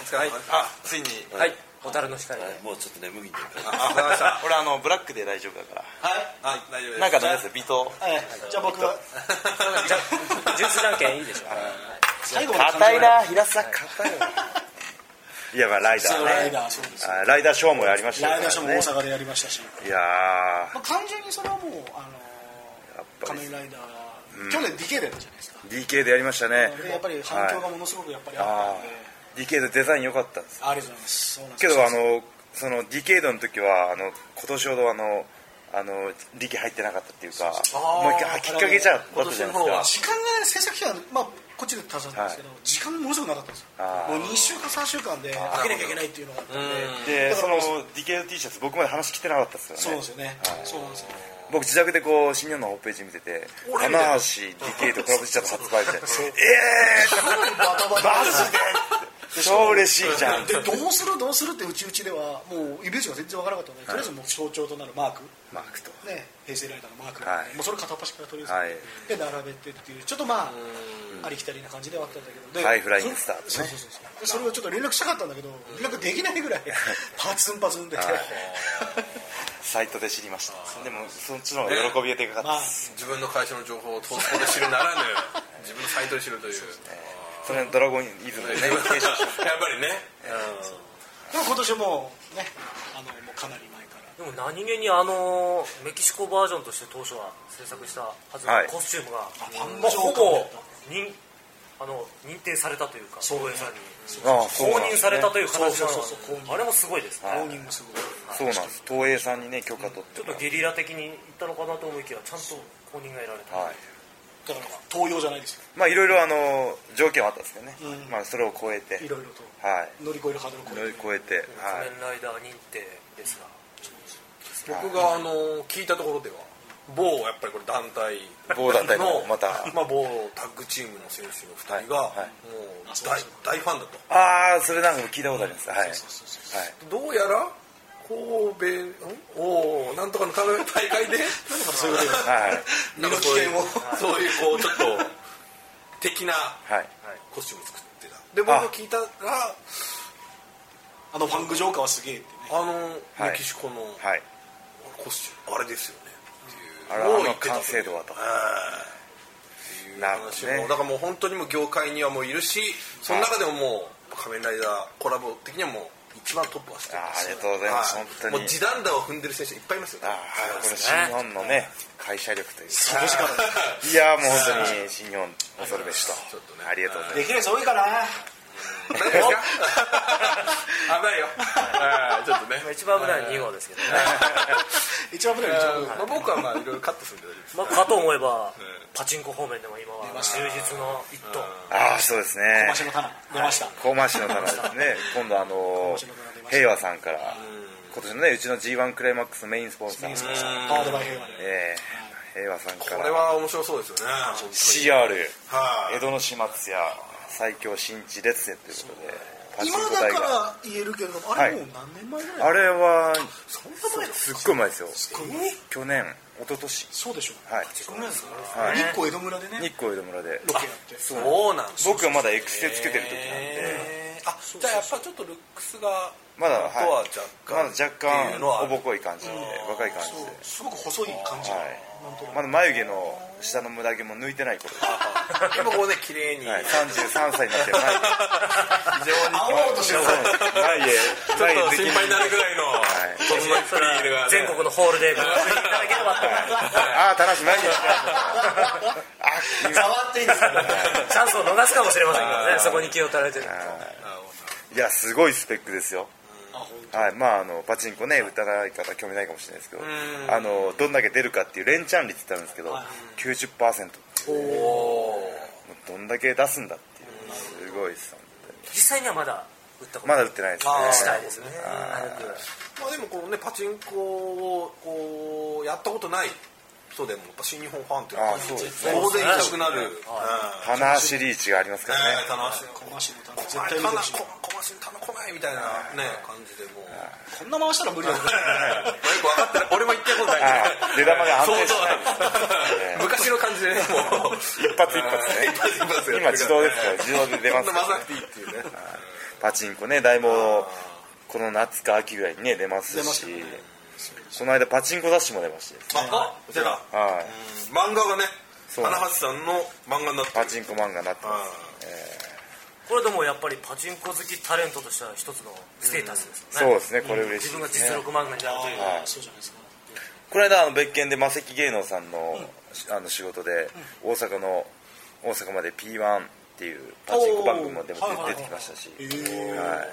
[SPEAKER 3] 疲れ様ですあついに
[SPEAKER 5] はい、蛍の光で。
[SPEAKER 4] もうちょっと眠いんで
[SPEAKER 3] あわかりました
[SPEAKER 1] 俺あのブラックで大丈夫だから
[SPEAKER 3] はい大丈夫です
[SPEAKER 1] なんかダメですよ微糖
[SPEAKER 2] はいじゃあ僕は
[SPEAKER 5] じゃあ、ジュースじゃんけんいいでしょ
[SPEAKER 2] 最後まで
[SPEAKER 1] 硬いな平さ硬いないやまあライダ
[SPEAKER 2] そ
[SPEAKER 1] ー
[SPEAKER 2] うライ
[SPEAKER 1] ね
[SPEAKER 2] ダーそうです。
[SPEAKER 1] あライダーショーもやりました
[SPEAKER 2] ライダーショーも大
[SPEAKER 1] ね
[SPEAKER 2] 阪でやりましたし、
[SPEAKER 1] いや
[SPEAKER 2] まあ、単純にそれはもうあ
[SPEAKER 1] やっぱ
[SPEAKER 2] の仮
[SPEAKER 1] り
[SPEAKER 2] 面ライダー、去年ディケイだったじゃないですか。
[SPEAKER 1] ー DK でやりましたね
[SPEAKER 2] でやっぱり反響がものすごくやっぱりあったんで、
[SPEAKER 1] はい、DK のデザイン良かったんです
[SPEAKER 2] ありがとうございます。そうなんです
[SPEAKER 1] けどあのそのディケードの時はあの今年ほどあのあの力入ってなかったっていうか
[SPEAKER 3] あー
[SPEAKER 1] もう一回あきっかけじゃだったじゃない
[SPEAKER 3] 今年の方は
[SPEAKER 1] です
[SPEAKER 2] 時間がね制作期間、まあ、こっちで足したんですけど、時間ものすごくなかったんですよ
[SPEAKER 1] あー
[SPEAKER 2] もう2週か3週間で開けなきゃいけないっていうのがあったんで
[SPEAKER 1] かで
[SPEAKER 2] だ
[SPEAKER 1] そ
[SPEAKER 2] か
[SPEAKER 1] の
[SPEAKER 2] ら
[SPEAKER 1] DKT シャツ僕まで話来てなかったですよね
[SPEAKER 2] そうなんですよねそうなんですよ
[SPEAKER 1] 僕自宅でこう新日本のホームページ見てて
[SPEAKER 3] 俺み
[SPEAKER 1] 棚
[SPEAKER 3] たいな
[SPEAKER 1] 橋 DK とコラボシャツ発売みたいな
[SPEAKER 2] かなりバタバタ
[SPEAKER 1] マジで超嬉しいじゃん
[SPEAKER 2] でどうするどうするってうちうちではもうイメージが全然わからなかったので、とりあえずもう象徴となるマーク
[SPEAKER 1] マークと
[SPEAKER 2] ね平成ライダーのマーク、
[SPEAKER 1] はい
[SPEAKER 2] もうそれ片っ端からとりあ
[SPEAKER 1] はい
[SPEAKER 2] えず、で並べてっていうちょっとまあありきたりな感じではあったんだけどで
[SPEAKER 1] ハイフライングスターです
[SPEAKER 2] そう
[SPEAKER 1] ね
[SPEAKER 2] そうそうそうでそれをちょっと連絡したかったんだけど連絡できないぐらいパツンパツンで、
[SPEAKER 1] サイトで知りましたでもそっちの方が喜びがでかかった
[SPEAKER 2] ま
[SPEAKER 1] で
[SPEAKER 2] あ
[SPEAKER 1] す
[SPEAKER 3] 自分の会社の情報を投稿で知るならぬ自分のサイトで知るという
[SPEAKER 1] その辺ドラゴンイズムでね
[SPEAKER 3] やっぱりね
[SPEAKER 2] でも今年もねあのもうかなり前から
[SPEAKER 5] でも何気にあのメキシコバージョンとして当初は制作したはずの
[SPEAKER 1] はい
[SPEAKER 5] コスチュームが、
[SPEAKER 2] ン
[SPEAKER 5] まあ、
[SPEAKER 2] 情報
[SPEAKER 5] ほぼ認あの認定されたというか大江さんに
[SPEAKER 1] ああ
[SPEAKER 5] 公
[SPEAKER 1] そうなん
[SPEAKER 5] 認
[SPEAKER 1] ですね
[SPEAKER 5] されたという形なの
[SPEAKER 2] そうそうそうそう公認
[SPEAKER 5] あれもすごいですね、
[SPEAKER 2] 公認もすごい
[SPEAKER 1] そうなんです東映さんにね許可取って
[SPEAKER 5] ちょっとゲリラ的に行ったのかなと思いきやちゃんと公認が得られた、
[SPEAKER 1] はい
[SPEAKER 2] だから東洋じゃないですよ
[SPEAKER 1] まあいろいろあの条件はあったんですけどね
[SPEAKER 2] うん
[SPEAKER 1] まあそれを超えて
[SPEAKER 2] いろいろと
[SPEAKER 1] はい
[SPEAKER 2] 乗り越えるハードルを
[SPEAKER 1] 乗
[SPEAKER 2] 越え
[SPEAKER 1] り越えて
[SPEAKER 2] て
[SPEAKER 1] は
[SPEAKER 5] 仮面ライダー認定ですが
[SPEAKER 1] はい
[SPEAKER 3] 僕があの聞いたところでは某やっぱりこれ団体
[SPEAKER 1] 某団体のまた
[SPEAKER 3] まあ、某タッグチームの選手の2人が、
[SPEAKER 1] はいはい
[SPEAKER 3] もう
[SPEAKER 2] あそう
[SPEAKER 3] 大
[SPEAKER 2] そう
[SPEAKER 3] 大ファンだと
[SPEAKER 1] いああそれなんかも聞いたことありますはいはい
[SPEAKER 2] そうそうそう
[SPEAKER 3] どうやら神戸んおおなんとかの大会で
[SPEAKER 2] そういうことよ
[SPEAKER 1] はい
[SPEAKER 3] な
[SPEAKER 2] 身
[SPEAKER 3] ん
[SPEAKER 2] の
[SPEAKER 3] か
[SPEAKER 2] 危
[SPEAKER 3] そうい
[SPEAKER 2] 険
[SPEAKER 3] うそういうこう
[SPEAKER 2] を
[SPEAKER 3] ちょっと的な
[SPEAKER 1] はい
[SPEAKER 3] コスチューム作ってたで僕が聞いたらあ
[SPEAKER 2] あのファングジョーカーはすげえってね
[SPEAKER 3] の
[SPEAKER 1] はい
[SPEAKER 3] メキシコの
[SPEAKER 1] はい
[SPEAKER 3] コスチュームあれですよね
[SPEAKER 1] あらあ
[SPEAKER 3] もう
[SPEAKER 1] の
[SPEAKER 3] 言ってた
[SPEAKER 1] 完成度はと
[SPEAKER 3] っていう
[SPEAKER 1] なるほ
[SPEAKER 3] 話
[SPEAKER 1] ど
[SPEAKER 3] も、
[SPEAKER 1] ね
[SPEAKER 3] だからもう本当にもう業界にはもういるしその中でももう仮面ライダーコラボ的にはもう一番トップはしてるんですよ
[SPEAKER 1] あありがとうございます
[SPEAKER 3] は
[SPEAKER 1] 本当に
[SPEAKER 3] もう時短打を踏んでる選手いっぱいいますよ
[SPEAKER 1] ああこの新日本のね会社力という
[SPEAKER 2] そこしかない
[SPEAKER 1] いやーもう本当に新日本恐るべしと
[SPEAKER 3] ちょっとね
[SPEAKER 1] ありがとうございま
[SPEAKER 2] できるやつ多いかな
[SPEAKER 3] 大丈夫ですか危ないよああちょっとね
[SPEAKER 5] まあ、一番危ないのは2号ですけどね、
[SPEAKER 2] 一番危ないよ一番危ない
[SPEAKER 3] まあ、僕はまあいろいろカットするんで大丈夫です
[SPEAKER 5] まあ、かと思えば、
[SPEAKER 3] うん
[SPEAKER 5] パチンコ方面でも今は
[SPEAKER 2] ました
[SPEAKER 5] 充実の一
[SPEAKER 1] す
[SPEAKER 5] 途
[SPEAKER 1] ああそうですね
[SPEAKER 2] マシの棚出ました
[SPEAKER 1] 高慢市の棚です ね今度あの
[SPEAKER 2] 高慢市の棚出ました
[SPEAKER 1] 平和さんから今年のねうちの g 1クライマックスのメインスポンサ
[SPEAKER 2] メインスポ
[SPEAKER 1] ー
[SPEAKER 2] ンサーパワードバイ平和で
[SPEAKER 1] ええ平和さんから
[SPEAKER 3] これは面白そうですよね
[SPEAKER 1] CR
[SPEAKER 3] はい
[SPEAKER 1] 江戸の始末や最強新地列戦ということでパチン
[SPEAKER 2] 今
[SPEAKER 1] コ
[SPEAKER 2] だ
[SPEAKER 1] 大
[SPEAKER 2] か
[SPEAKER 1] が
[SPEAKER 2] ら言えるけれどもあれ
[SPEAKER 1] はい
[SPEAKER 2] もう何年前ぐらい
[SPEAKER 1] あれは
[SPEAKER 2] そんな前の
[SPEAKER 1] すっごい前ですよ
[SPEAKER 2] え
[SPEAKER 1] 去年一昨年
[SPEAKER 2] そうでしょ
[SPEAKER 1] はい
[SPEAKER 2] そんなやつ
[SPEAKER 1] はい
[SPEAKER 2] 日光江戸村で
[SPEAKER 1] 日
[SPEAKER 2] ね
[SPEAKER 1] 光江戸村で
[SPEAKER 2] ロケやって
[SPEAKER 3] そうなんです
[SPEAKER 1] 僕はまだ X でつけてる時なんで
[SPEAKER 3] えーあじゃあやっぱちょっとルックスが
[SPEAKER 1] まだ
[SPEAKER 3] とは
[SPEAKER 1] は
[SPEAKER 3] 若
[SPEAKER 1] い
[SPEAKER 3] 干
[SPEAKER 1] まだ若
[SPEAKER 3] っていう
[SPEAKER 1] 干
[SPEAKER 3] のはあ
[SPEAKER 1] お
[SPEAKER 3] る
[SPEAKER 1] ぼこい感じで若い感じ
[SPEAKER 2] そう
[SPEAKER 1] です
[SPEAKER 2] ごく細い感じ
[SPEAKER 1] はい
[SPEAKER 2] なんとなく
[SPEAKER 1] まだ眉毛の下のムダ毛も抜いてない頃です
[SPEAKER 3] 今こうね綺麗に、
[SPEAKER 1] はい、33歳になってない
[SPEAKER 3] 非常に
[SPEAKER 2] 青々として
[SPEAKER 3] ちょ
[SPEAKER 2] る
[SPEAKER 3] っ
[SPEAKER 1] 前へ
[SPEAKER 3] と心配になるぐらいの
[SPEAKER 1] い
[SPEAKER 3] 整いっぷりがね
[SPEAKER 5] 全国のホールでご覧いただければ
[SPEAKER 1] ああ田中 何やってんの
[SPEAKER 2] ざわっていいですか
[SPEAKER 5] チャンスを逃すかもしれませんからねそこに気を取られてると
[SPEAKER 1] いやすごいスペックですよ
[SPEAKER 2] あほんと
[SPEAKER 1] はいまああのパチンコね疑い方興味ないかもしれないですけど
[SPEAKER 3] ん
[SPEAKER 1] あのどんだけ出るかっていう連チャン率ってあるんですけど
[SPEAKER 2] はい
[SPEAKER 1] 90%も
[SPEAKER 3] おー
[SPEAKER 1] うどんだけ出すんだっていうすごいです本当に
[SPEAKER 5] 実際にはまだ打ったこと
[SPEAKER 1] ま
[SPEAKER 5] ない
[SPEAKER 1] だ売ってないですね
[SPEAKER 3] あー
[SPEAKER 5] したいですね早く
[SPEAKER 3] まあでもこのねパチンコをこうやったことない人でもやっぱ新日本ファンっていうのは
[SPEAKER 1] あーそうですね
[SPEAKER 3] 当然行きたくなる、
[SPEAKER 1] 棚橋リーチがありますからね
[SPEAKER 3] ね楽しい
[SPEAKER 2] こましの棚
[SPEAKER 3] 絶
[SPEAKER 2] 絶
[SPEAKER 3] 対
[SPEAKER 2] 対
[SPEAKER 3] 見
[SPEAKER 2] 見
[SPEAKER 3] てほしい
[SPEAKER 2] てほし
[SPEAKER 3] こ
[SPEAKER 2] い
[SPEAKER 3] こマシン頼こないみたいなね感じでもうよ
[SPEAKER 2] こんな回したら無理だよ
[SPEAKER 3] く分かってない俺も言ってることない
[SPEAKER 1] はい出玉が安定しないです
[SPEAKER 3] 相当昔の感じでねもう
[SPEAKER 1] 一発一発ね
[SPEAKER 3] 一発一発やってるから
[SPEAKER 1] 今自動ですから自動で出ます
[SPEAKER 3] そん
[SPEAKER 1] か
[SPEAKER 3] な
[SPEAKER 1] ら
[SPEAKER 3] 回さなくていいっていうね
[SPEAKER 1] パチンコね大もこの夏か秋ぐらいにね出ます
[SPEAKER 2] 出まし
[SPEAKER 1] した
[SPEAKER 2] ね
[SPEAKER 1] この間パチンコ雑誌も出まして
[SPEAKER 3] ああ出た
[SPEAKER 1] はい
[SPEAKER 3] 漫画がね
[SPEAKER 1] そう
[SPEAKER 3] 花橋さんの漫画になって
[SPEAKER 1] パ
[SPEAKER 3] る
[SPEAKER 1] チンコ漫画になって
[SPEAKER 3] うん
[SPEAKER 1] ます
[SPEAKER 5] これでもやっぱりパチンコ好きタレントとしては一つのステータスですよ
[SPEAKER 1] そう
[SPEAKER 5] ね
[SPEAKER 1] ですねこれ嬉しい
[SPEAKER 5] 自分が
[SPEAKER 1] です
[SPEAKER 5] 実
[SPEAKER 1] ね
[SPEAKER 5] 力漫画になるという
[SPEAKER 2] あーそうじゃないですか
[SPEAKER 1] この間あの別件でマセキ芸能さんのあの仕事で大阪の大阪まで P1 っていうパチンコ番組もでも
[SPEAKER 2] おーはいはいはい
[SPEAKER 1] 出てきましたし
[SPEAKER 2] えー
[SPEAKER 1] はい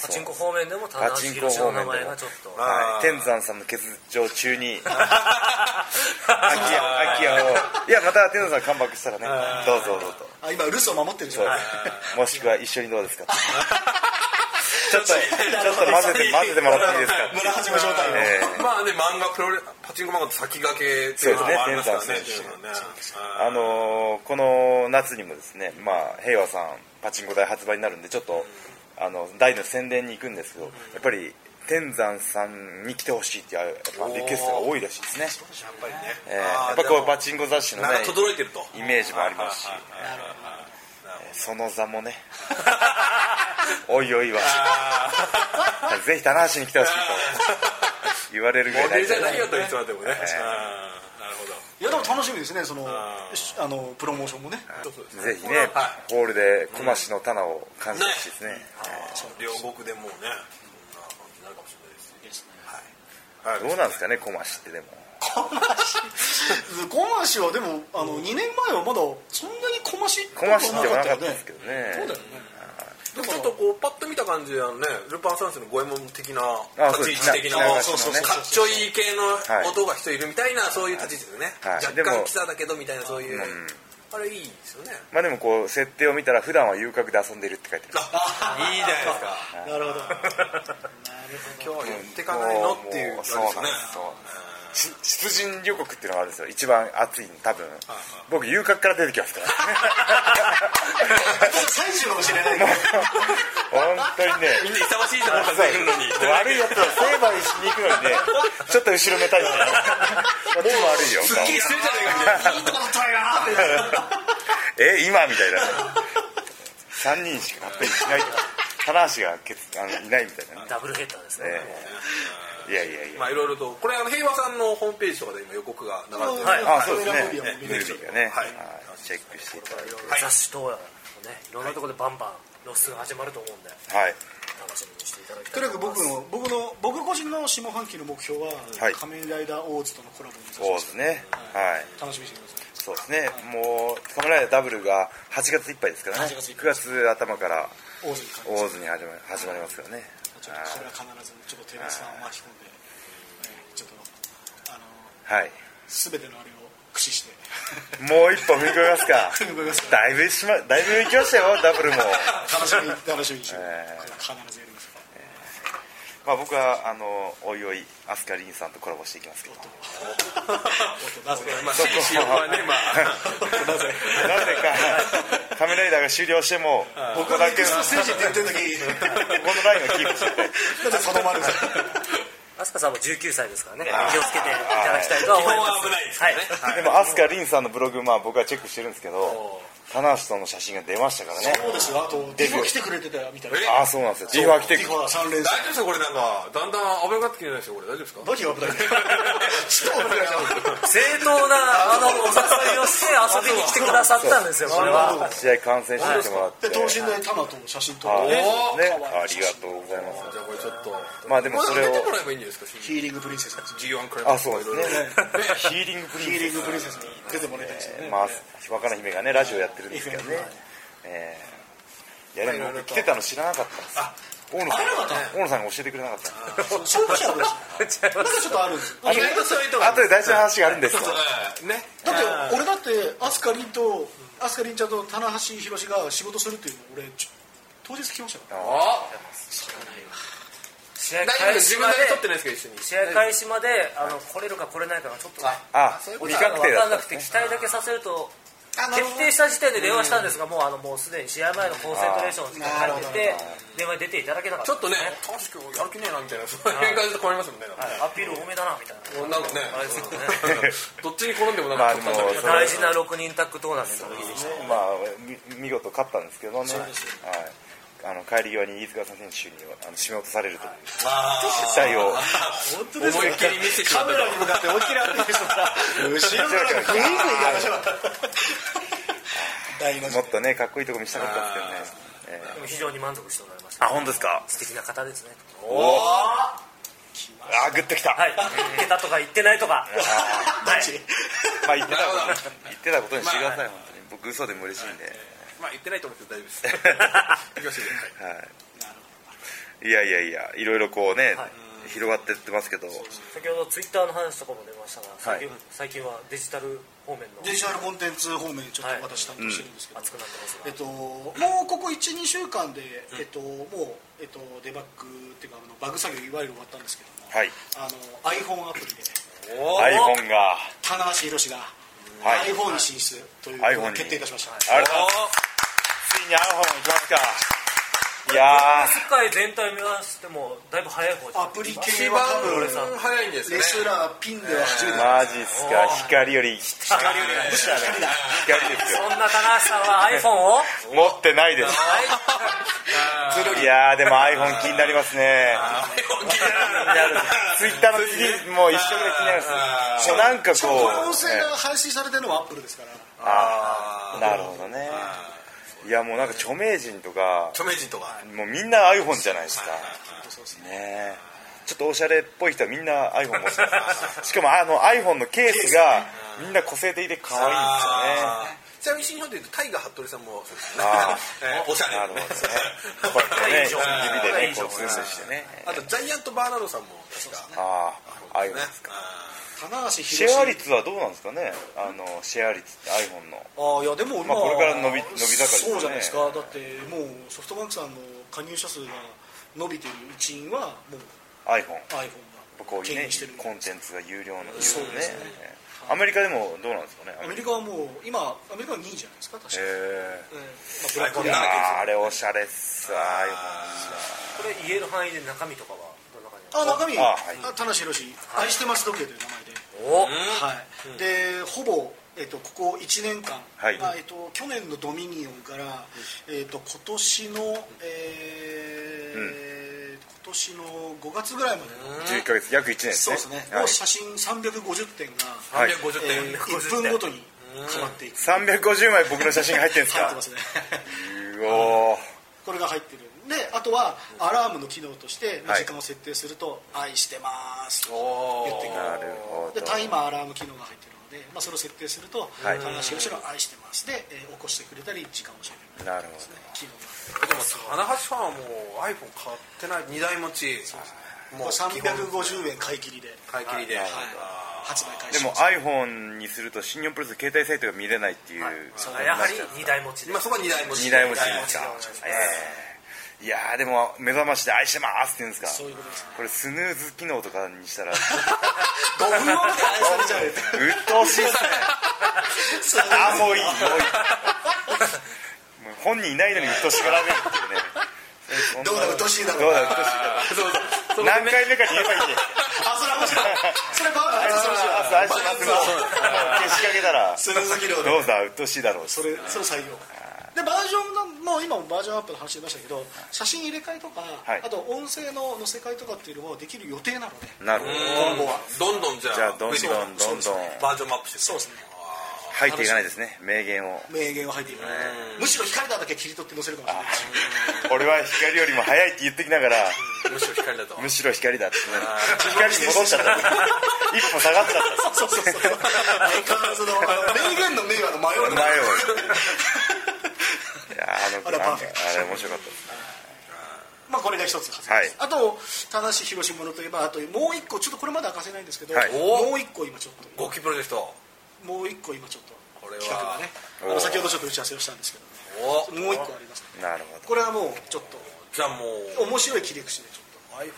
[SPEAKER 5] パチンコ方面でも棚
[SPEAKER 1] パ
[SPEAKER 5] 橋
[SPEAKER 1] チンコ
[SPEAKER 5] 宏の
[SPEAKER 1] 方面
[SPEAKER 5] 名
[SPEAKER 1] でも
[SPEAKER 5] 前がちょっと
[SPEAKER 3] あー
[SPEAKER 1] はい、天山さんの欠場中 に空き家空き家をいやまた天山さんカムバックしたらねどうぞどうぞ
[SPEAKER 2] あ今留守を守ってるじゃ
[SPEAKER 1] そう
[SPEAKER 2] ない
[SPEAKER 1] もしくは一緒にどうですか ちょっとちょっと混ぜて混ぜてもらっていいですか
[SPEAKER 2] 村八分状態の、
[SPEAKER 1] え
[SPEAKER 3] まあね漫画プロレパチンコ漫画と先駆けっていうのもありますからね
[SPEAKER 1] そうで
[SPEAKER 3] ってい
[SPEAKER 1] す
[SPEAKER 3] う
[SPEAKER 1] ね
[SPEAKER 3] のはね
[SPEAKER 1] あのーこの夏にもですね、まあ、平和さんパチンコ台発売になるんでちょっと、あの台の宣伝に行くんですけど、やっぱり天山さんに来てほしいっていうやっぱリクエストが多いらしいですね、
[SPEAKER 3] やっぱりね
[SPEAKER 1] えー
[SPEAKER 3] あー
[SPEAKER 1] やっぱこ
[SPEAKER 3] で
[SPEAKER 1] う
[SPEAKER 3] も
[SPEAKER 1] パチンコ雑誌のね
[SPEAKER 3] なんか轟いてると
[SPEAKER 1] イメージもありますし
[SPEAKER 3] はい
[SPEAKER 2] なるほど
[SPEAKER 1] その座も ねおいおいはぜひ棚橋に来てほしいと言われるぐらい
[SPEAKER 3] モデルじゃ
[SPEAKER 1] 大
[SPEAKER 3] な
[SPEAKER 1] 事
[SPEAKER 3] いよといつまでもね、
[SPEAKER 1] えー
[SPEAKER 3] あーなるほど
[SPEAKER 2] いやでも楽しみですねその
[SPEAKER 3] あー
[SPEAKER 2] しあのプロモーションもね
[SPEAKER 1] ぜひね、
[SPEAKER 3] は
[SPEAKER 1] ホールで小増の棚を感じてほしいですね、
[SPEAKER 3] い、両国でもうねそんな感じになるかもしれないです
[SPEAKER 2] いいですね
[SPEAKER 3] はい
[SPEAKER 1] どうなんですかね小増ってでも
[SPEAKER 2] 小ましはでもあの2年前はまだそんなにこまし
[SPEAKER 1] 小増ってはなかった
[SPEAKER 2] よ
[SPEAKER 1] ですけどね
[SPEAKER 2] そうだよね
[SPEAKER 3] でもちょっとこうパッと見た感じあのねルパン三世の五右衛門的な
[SPEAKER 1] あそう
[SPEAKER 3] 立ち位置的な
[SPEAKER 1] な
[SPEAKER 3] か
[SPEAKER 1] そうそうそう
[SPEAKER 3] っちょいい系
[SPEAKER 1] はい
[SPEAKER 3] の音が人いるみたいなそういう立ち位置ですよね、
[SPEAKER 1] はい
[SPEAKER 3] 若
[SPEAKER 1] でも
[SPEAKER 3] 干キサだけどみたいなそういう、あれい いですよね
[SPEAKER 1] まあでもこう設定を見たら普段は遊郭で遊んでいるって書いてある
[SPEAKER 3] いいじゃないですか
[SPEAKER 2] なるほどなるほど
[SPEAKER 3] 今日は寄ってかないのっていう
[SPEAKER 1] も
[SPEAKER 3] 感
[SPEAKER 1] う
[SPEAKER 3] じ
[SPEAKER 1] そうなんですそうし出陣旅国っていうのがあるんですよ一番暑いの多分僕遊郭から出てきますから
[SPEAKER 2] 最中かもしれないけど
[SPEAKER 1] 本当にね
[SPEAKER 3] みんな勇ましいと思ったんですよのに
[SPEAKER 1] 悪いやつは成敗しに行くのにねちょっと後ろめたいんだよこっちも悪いよ
[SPEAKER 3] すっきりしてるじゃないかみたいな
[SPEAKER 2] なんとかだったらいいなって
[SPEAKER 1] え今みたいな3人しか勝手にしないから棚橋がけつあのいないみたいなね
[SPEAKER 5] ダブルヘッダーですね
[SPEAKER 1] ええいやいやいや
[SPEAKER 3] まあいろいろとこれあの平和さんのホームページとかで今予告が流れてる
[SPEAKER 5] はい
[SPEAKER 1] あそうですね
[SPEAKER 2] メルビアも見
[SPEAKER 1] メ
[SPEAKER 2] れ
[SPEAKER 1] ル
[SPEAKER 2] る
[SPEAKER 1] ビーがね
[SPEAKER 3] は
[SPEAKER 1] はい
[SPEAKER 3] い
[SPEAKER 1] チェックしていただいて
[SPEAKER 5] 雑誌等やらねいろんなところでバンバン露出が始まると思うんで
[SPEAKER 1] はい
[SPEAKER 5] 楽しみにしていただきた
[SPEAKER 2] と
[SPEAKER 5] い
[SPEAKER 2] に
[SPEAKER 5] と
[SPEAKER 2] かく
[SPEAKER 5] 思いま
[SPEAKER 2] 僕
[SPEAKER 5] す
[SPEAKER 2] の僕の僕個人の下半期の目標は、
[SPEAKER 1] はい
[SPEAKER 2] 仮面ライダーオーズとのコラボにさせて
[SPEAKER 1] そうですねはい
[SPEAKER 2] 楽しみにしてください
[SPEAKER 1] そうですねもう「仮面ライダーダブルが8月いっぱいですからね
[SPEAKER 2] 8月いっ
[SPEAKER 1] 9
[SPEAKER 2] ぱい
[SPEAKER 1] 月頭から
[SPEAKER 2] オーズに関
[SPEAKER 1] 大
[SPEAKER 2] して
[SPEAKER 1] 津に始まり始まりますからね
[SPEAKER 2] ちょっとそれは必ずちょっとテレさんを巻き込んで、えーちょっとあの
[SPEAKER 1] はい
[SPEAKER 2] 全てのあれを駆使して
[SPEAKER 1] もう一歩踏み込みますか
[SPEAKER 2] 踏み込みます
[SPEAKER 1] だいぶしまだいぶ行きましたよダブルも
[SPEAKER 2] 楽しみに楽しみにして、
[SPEAKER 1] えー
[SPEAKER 2] これは必ずやりますから
[SPEAKER 1] まあ僕はあのおいおいアスカリンさんとコラボしていきますけど
[SPEAKER 2] おっとなぜ
[SPEAKER 3] まあ、紳士はね、まあ、なぜ
[SPEAKER 1] なぜか仮面ライダーが終了してもここだ けのこ
[SPEAKER 2] ステージって言ってる時に
[SPEAKER 1] このラインをキープして て
[SPEAKER 2] なぜ定まるんですか
[SPEAKER 5] 飛鳥さんも19歳ですからね気をつけていただきたいとは思いま
[SPEAKER 3] 基
[SPEAKER 5] す
[SPEAKER 3] 本は危ないです
[SPEAKER 5] は
[SPEAKER 3] から
[SPEAKER 5] い
[SPEAKER 3] ね
[SPEAKER 1] でもアスカリンさんのブログまあ僕はチェックしてるんですけど棚橋さんの写真が出ましたからね
[SPEAKER 2] そうですよあとディファ来てくれてたみたいな
[SPEAKER 3] え
[SPEAKER 1] ああそうなんですよ G ファ来て
[SPEAKER 2] ディファ3連
[SPEAKER 3] 大丈夫ですよこれなんかだんだん危なくなってきてないですよこれ大丈夫ですか
[SPEAKER 2] 何が危ないんだよちょっと危ないな
[SPEAKER 5] 正当なあのお誘いをして遊びに来てくださったんですよこれは
[SPEAKER 1] る試合観戦してもらって
[SPEAKER 2] で等身大タナと写真撮
[SPEAKER 1] あ
[SPEAKER 2] る
[SPEAKER 1] ね
[SPEAKER 3] お
[SPEAKER 1] あ
[SPEAKER 3] ー
[SPEAKER 1] りがとうございます
[SPEAKER 3] じゃあこれちょっと
[SPEAKER 1] まあでもそれを
[SPEAKER 3] こ出てもらえばいいんじゃないですか
[SPEAKER 2] ヒーリングプリンセスですね
[SPEAKER 3] G1 クライ
[SPEAKER 1] あ
[SPEAKER 3] マック
[SPEAKER 1] そう
[SPEAKER 3] スとかい
[SPEAKER 1] で
[SPEAKER 3] ろ
[SPEAKER 1] す
[SPEAKER 3] い
[SPEAKER 1] ね
[SPEAKER 3] ろ
[SPEAKER 1] ヒーリングプリン
[SPEAKER 2] ヒーリングプリン
[SPEAKER 1] ス
[SPEAKER 2] セスに出てもらいたいですよね、
[SPEAKER 1] まあ若な姫がねラジオやってるんですけどね
[SPEAKER 2] FM
[SPEAKER 1] えーいやでも僕来てたの知らなかったんです大野さん大野さんが教えてくれなかった
[SPEAKER 2] そうそういう話あるんですよ
[SPEAKER 5] 違いま
[SPEAKER 2] なんか
[SPEAKER 5] す
[SPEAKER 2] ちょっとあるんですよ
[SPEAKER 3] 意外とそういうとこ
[SPEAKER 1] 後で大事な話があるんですよ
[SPEAKER 3] はいね
[SPEAKER 2] だって俺だって飛鳥凛と飛鳥凛ちゃんと棚橋宏が仕事するっていうの俺ちょ当日聞きましたから
[SPEAKER 3] ああ
[SPEAKER 5] 試
[SPEAKER 3] 大
[SPEAKER 5] 合
[SPEAKER 3] 丈夫で
[SPEAKER 5] 開
[SPEAKER 3] す自
[SPEAKER 5] 始ま
[SPEAKER 3] 分だ
[SPEAKER 5] で
[SPEAKER 3] け撮ってないですけど一緒に
[SPEAKER 5] 試合開始まであの来れるか来れないかがちょっと
[SPEAKER 1] あ
[SPEAKER 3] そういうこ
[SPEAKER 1] 未
[SPEAKER 5] 未
[SPEAKER 1] 確
[SPEAKER 5] 確
[SPEAKER 1] 定
[SPEAKER 5] 定
[SPEAKER 1] だっ
[SPEAKER 5] だったた
[SPEAKER 1] んで
[SPEAKER 5] んですす
[SPEAKER 1] ね
[SPEAKER 5] ね決定だけさせると
[SPEAKER 2] あの
[SPEAKER 5] 決定した時点で電話したんですがもうあのもうすでに試合前のコンセントレーションの時間が入ってて電話に出ていただけなかっ
[SPEAKER 3] ち
[SPEAKER 5] た
[SPEAKER 3] ょっとね楽しくやる気ねえなみたいなそういう感じで困りますもんねなんか
[SPEAKER 5] はいアピール多めだなみたいな
[SPEAKER 3] もうなんかね
[SPEAKER 5] あれですよね
[SPEAKER 3] どっちに転んでもなん
[SPEAKER 1] まあ
[SPEAKER 3] か
[SPEAKER 1] でも
[SPEAKER 3] ちょっとなんか
[SPEAKER 5] 大事な6人タッグトーナメントの日でした
[SPEAKER 1] まあみ見事勝ったんですけどねはいあの帰り際に飯塚選手にあの締め落とされるという失態を
[SPEAKER 2] 本当
[SPEAKER 3] 思いっきり見せてしまったと
[SPEAKER 2] に向かって思いっ きり歩いてしまった後ろからグイグイ行きましょう大の字
[SPEAKER 1] もっとねかっこいいとこ見せたかったんですけどねえ
[SPEAKER 5] でも非常に満足しておられまし
[SPEAKER 1] ー
[SPEAKER 5] た
[SPEAKER 1] あ本当ですか
[SPEAKER 5] 素敵な方ですね
[SPEAKER 1] おあグッときた
[SPEAKER 5] はい行けたとか行ってないと かはい
[SPEAKER 1] まあ言ってたこ
[SPEAKER 3] なるほ
[SPEAKER 1] と言ってたことにしてください本当に僕嘘でも嬉しいんで
[SPEAKER 3] まあ言ってないと思うけど大丈夫です行きましょう
[SPEAKER 1] はいいやいやいやいろいろこうね、
[SPEAKER 5] はい
[SPEAKER 1] 広がってってますけど
[SPEAKER 5] 先ほどツイッターの話とかも出ましたが最近,、
[SPEAKER 1] は
[SPEAKER 5] は最近はデジタル方面の
[SPEAKER 2] デジタルコンテンツ方面ちょっと私担当してるんですけど、
[SPEAKER 5] 熱くなってますが
[SPEAKER 2] えっと、もうここ12週間で、えっと、もう、えっと、デバッグっていうかあのバグ作業いわゆる終わったんですけども、
[SPEAKER 1] はい
[SPEAKER 2] あの iPhone アプリで
[SPEAKER 3] お
[SPEAKER 1] iPhone が
[SPEAKER 2] 棚橋宏が、
[SPEAKER 1] はい
[SPEAKER 2] iPhone に進出とい
[SPEAKER 1] iPhone
[SPEAKER 2] うこと
[SPEAKER 1] に
[SPEAKER 2] が決定いたしました、
[SPEAKER 1] あれだついに iPhone 行きますかいや
[SPEAKER 5] 世界全体目指してもだいぶ早い方じゃない
[SPEAKER 2] アプリ
[SPEAKER 3] 一
[SPEAKER 2] 系
[SPEAKER 3] 番
[SPEAKER 2] は多分
[SPEAKER 3] 早いんですね
[SPEAKER 2] レスラーピンでは初め
[SPEAKER 1] ー
[SPEAKER 2] て
[SPEAKER 1] マジっすか光より光
[SPEAKER 5] 光よりは
[SPEAKER 2] むしろ光だ
[SPEAKER 1] ですよ
[SPEAKER 5] そんな棚橋さんは iPhone を
[SPEAKER 1] 持ってないです
[SPEAKER 2] ゼロ
[SPEAKER 1] い
[SPEAKER 2] リ
[SPEAKER 1] やーでも iPhone 気になります ねツイッターの次もう一緒ぐらい気になりますもうなんか
[SPEAKER 2] しかもこの
[SPEAKER 1] こ
[SPEAKER 2] 音
[SPEAKER 1] う、
[SPEAKER 2] 声
[SPEAKER 1] ね
[SPEAKER 2] が配信されてるのはアップルですから
[SPEAKER 1] ああなるほどねいやもうなんか著名人とか
[SPEAKER 3] 著名人とか
[SPEAKER 1] もうみんな iPhone じゃないですか
[SPEAKER 2] そうですね
[SPEAKER 1] ねえちょっとおしゃれっぽい人はみんな iPhone 持 ってますしかもあの iPhone のケースがみんな個性的で可愛いんですよね
[SPEAKER 3] あーちなみに新日本でいうとタイガー服部さんもそうですね
[SPEAKER 1] あ
[SPEAKER 3] えーおしゃれ
[SPEAKER 1] なるほどねこうやってね指でねこうスースーしてね
[SPEAKER 3] あとジャイアントバーナードさんも確か
[SPEAKER 1] ああ iPhone
[SPEAKER 3] ね
[SPEAKER 2] 棚橋
[SPEAKER 1] シェア
[SPEAKER 2] 宏
[SPEAKER 1] 率はどうなんですかねあのシェア率って iPhone の
[SPEAKER 2] ああいやでも、
[SPEAKER 1] まあこれから伸び伸び盛りですね
[SPEAKER 2] そうじゃないですかだってもうソフトバンクさんの加入者数が伸びてる一因はもう
[SPEAKER 1] iPhone
[SPEAKER 2] iPhone
[SPEAKER 1] こ
[SPEAKER 2] が
[SPEAKER 1] ういう
[SPEAKER 2] 牽
[SPEAKER 1] ね
[SPEAKER 2] 引してる
[SPEAKER 1] コンテンツが有料の
[SPEAKER 2] そうですね
[SPEAKER 1] アメリカでもどうなんですかね
[SPEAKER 2] アメリカはもう今アメリカは2位じゃないですか確か、
[SPEAKER 1] へ
[SPEAKER 2] ええまあ、ブ
[SPEAKER 1] え
[SPEAKER 2] ラックアイ
[SPEAKER 1] あれおしゃれっす iPhone
[SPEAKER 5] これ言える範囲で中身とかはどんな感じ
[SPEAKER 2] あ中身
[SPEAKER 1] あ
[SPEAKER 2] あ、
[SPEAKER 1] はい
[SPEAKER 2] 田無宏愛してます時計という名前で、
[SPEAKER 5] お
[SPEAKER 2] はいでほぼ、えっとここ1年間、
[SPEAKER 1] はい
[SPEAKER 2] まあえっと去年のドミニオンから、えっと今年の、えー今年の5月ぐらいまでの、
[SPEAKER 1] 11ヶ月約1年です
[SPEAKER 2] そう
[SPEAKER 1] ね
[SPEAKER 2] ですね、
[SPEAKER 1] はい
[SPEAKER 2] の写真350点が、
[SPEAKER 1] はい
[SPEAKER 3] 350
[SPEAKER 2] え
[SPEAKER 3] 点
[SPEAKER 2] ー、1分ごとに変わっていく
[SPEAKER 1] 350枚僕の写真が入ってるん です
[SPEAKER 2] 入って
[SPEAKER 1] か
[SPEAKER 2] ますね
[SPEAKER 1] うおー
[SPEAKER 2] これが入ってるであとはアラームの機能として、まあ
[SPEAKER 1] はい
[SPEAKER 2] 時間を設定すると「愛してます」と
[SPEAKER 3] おー
[SPEAKER 2] 言ってく
[SPEAKER 1] な
[SPEAKER 2] る
[SPEAKER 1] るほど
[SPEAKER 2] でタイマーアラーム機能が入ってるので、まあ、それを設定すると「
[SPEAKER 1] はい
[SPEAKER 2] 話をしろ愛してます」で、えー起こしてくれたり時間を教えてくれた
[SPEAKER 1] な
[SPEAKER 2] り
[SPEAKER 1] るほ
[SPEAKER 2] ですね機能が
[SPEAKER 3] でも花橋ファンはもう iPhone 買ってない2台持ちも
[SPEAKER 2] こ
[SPEAKER 3] う
[SPEAKER 2] れ
[SPEAKER 3] 基本
[SPEAKER 2] 350円買い切りで
[SPEAKER 3] 買い切りで
[SPEAKER 2] はい
[SPEAKER 3] あ
[SPEAKER 2] 発売
[SPEAKER 1] ど
[SPEAKER 2] 開
[SPEAKER 1] で
[SPEAKER 2] 始
[SPEAKER 1] も iPhone にすると新日本プロレス携帯サイトが見れないっていう
[SPEAKER 5] そうやはり二台持ち
[SPEAKER 3] ー
[SPEAKER 5] で
[SPEAKER 3] 今そこは2台持ち
[SPEAKER 1] 二台持ちです
[SPEAKER 3] 二
[SPEAKER 1] か
[SPEAKER 3] 台持ちです
[SPEAKER 1] ええいやーでも目覚ましで愛してますって言うんです
[SPEAKER 2] そう
[SPEAKER 1] か
[SPEAKER 2] いうことですね
[SPEAKER 1] これスヌーズ機能とかにしたらうっ
[SPEAKER 2] 5分後まで愛されちゃう
[SPEAKER 1] とうしいですね
[SPEAKER 2] そう
[SPEAKER 1] あもういいもういいもう本人いないのにうっとうしがられるっていうね
[SPEAKER 2] どうだうっとうしいだろう
[SPEAKER 1] どうだうっとうしいだろ
[SPEAKER 3] そうそう
[SPEAKER 1] う何回目かに言えばいいんで
[SPEAKER 2] あそれは面白いそれバーバー愛されちゃう
[SPEAKER 1] 愛してますも消しかけたら
[SPEAKER 2] スヌーズ機能で
[SPEAKER 1] どうだうっとうしいだろう
[SPEAKER 2] それそれ採用でバージョンがもう今もバージョンアップの話出ましたけど写真入れ替えとか、
[SPEAKER 1] い
[SPEAKER 2] あと音声の載せ替えとかっていうのもできる予定なので
[SPEAKER 1] なるほど
[SPEAKER 3] 今後はどんどんじゃあ
[SPEAKER 1] じゃあどんどん
[SPEAKER 3] 増えていく
[SPEAKER 1] どんどん
[SPEAKER 3] バージョンアップしてそう
[SPEAKER 2] ですね
[SPEAKER 1] 入っていかないですね名言を
[SPEAKER 2] 名言を入っていかないむしろ光だだけ切り取って載せる かもしれないし
[SPEAKER 1] 俺は光よりも早いって言ってきながら
[SPEAKER 3] むしろ 光だと
[SPEAKER 1] むしろ光だってね光に戻っちゃった一歩下がっちゃった
[SPEAKER 2] そうそうそうそう相変わらずのあの名言の名はの迷う
[SPEAKER 1] 前
[SPEAKER 2] の
[SPEAKER 1] をいやーあのあ
[SPEAKER 2] あれ
[SPEAKER 1] れ
[SPEAKER 2] パ
[SPEAKER 1] あ
[SPEAKER 2] ーフェク
[SPEAKER 1] れ面白かったです
[SPEAKER 2] まあこれが一つ発
[SPEAKER 1] は
[SPEAKER 2] 言
[SPEAKER 1] い
[SPEAKER 2] です、あと田無広島のといえばあともう一個ちょっとこれまだ明かせないんですけど、
[SPEAKER 1] はい
[SPEAKER 2] もう一個今ちょっと
[SPEAKER 3] ゴキプロジェクト
[SPEAKER 2] もう一個今ちょっと
[SPEAKER 3] これは
[SPEAKER 2] 企画がねあ
[SPEAKER 1] おー
[SPEAKER 2] の先ほどちょっと打ち合わせをしたんですけ
[SPEAKER 3] お
[SPEAKER 2] どもう一個ありますね
[SPEAKER 1] なるほ
[SPEAKER 2] これはもうちょっ
[SPEAKER 3] じゃあも
[SPEAKER 2] と
[SPEAKER 3] う
[SPEAKER 2] 面白い切り口でちょっ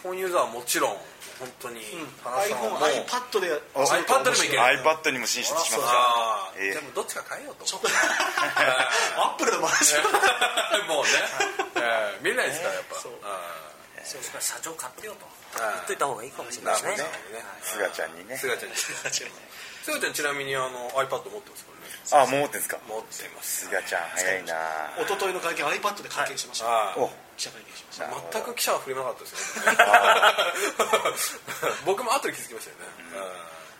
[SPEAKER 3] iPhone ユーザーはもちろん本当に
[SPEAKER 2] と
[SPEAKER 3] 花さんはもう
[SPEAKER 2] iPhoneiPad で
[SPEAKER 1] お
[SPEAKER 3] iPad でもいけ
[SPEAKER 1] ど
[SPEAKER 3] る
[SPEAKER 1] iPad にも進出しました
[SPEAKER 3] ああ
[SPEAKER 1] ええ
[SPEAKER 3] でもどっちか変えようと
[SPEAKER 2] そ
[SPEAKER 3] 思
[SPEAKER 2] こアップルでも話し
[SPEAKER 3] う もうねええ見れないですからやっぱ
[SPEAKER 2] そう
[SPEAKER 5] そうですね社長買ってよと
[SPEAKER 3] うん
[SPEAKER 5] 言っといた方がいいかもしれないですね
[SPEAKER 1] すがちゃんにね
[SPEAKER 3] すがちゃんにすがちゃんちなみにあの iPad 持ってますからね
[SPEAKER 1] あもう持ってんすか
[SPEAKER 3] 持ってます
[SPEAKER 1] すがちゃん早いな
[SPEAKER 2] 一昨日の会見 iPad で会見しました、
[SPEAKER 3] はい
[SPEAKER 1] お
[SPEAKER 2] 記者会見しました
[SPEAKER 3] 全く記者は振りなかったですね 僕も後で気づきましたよね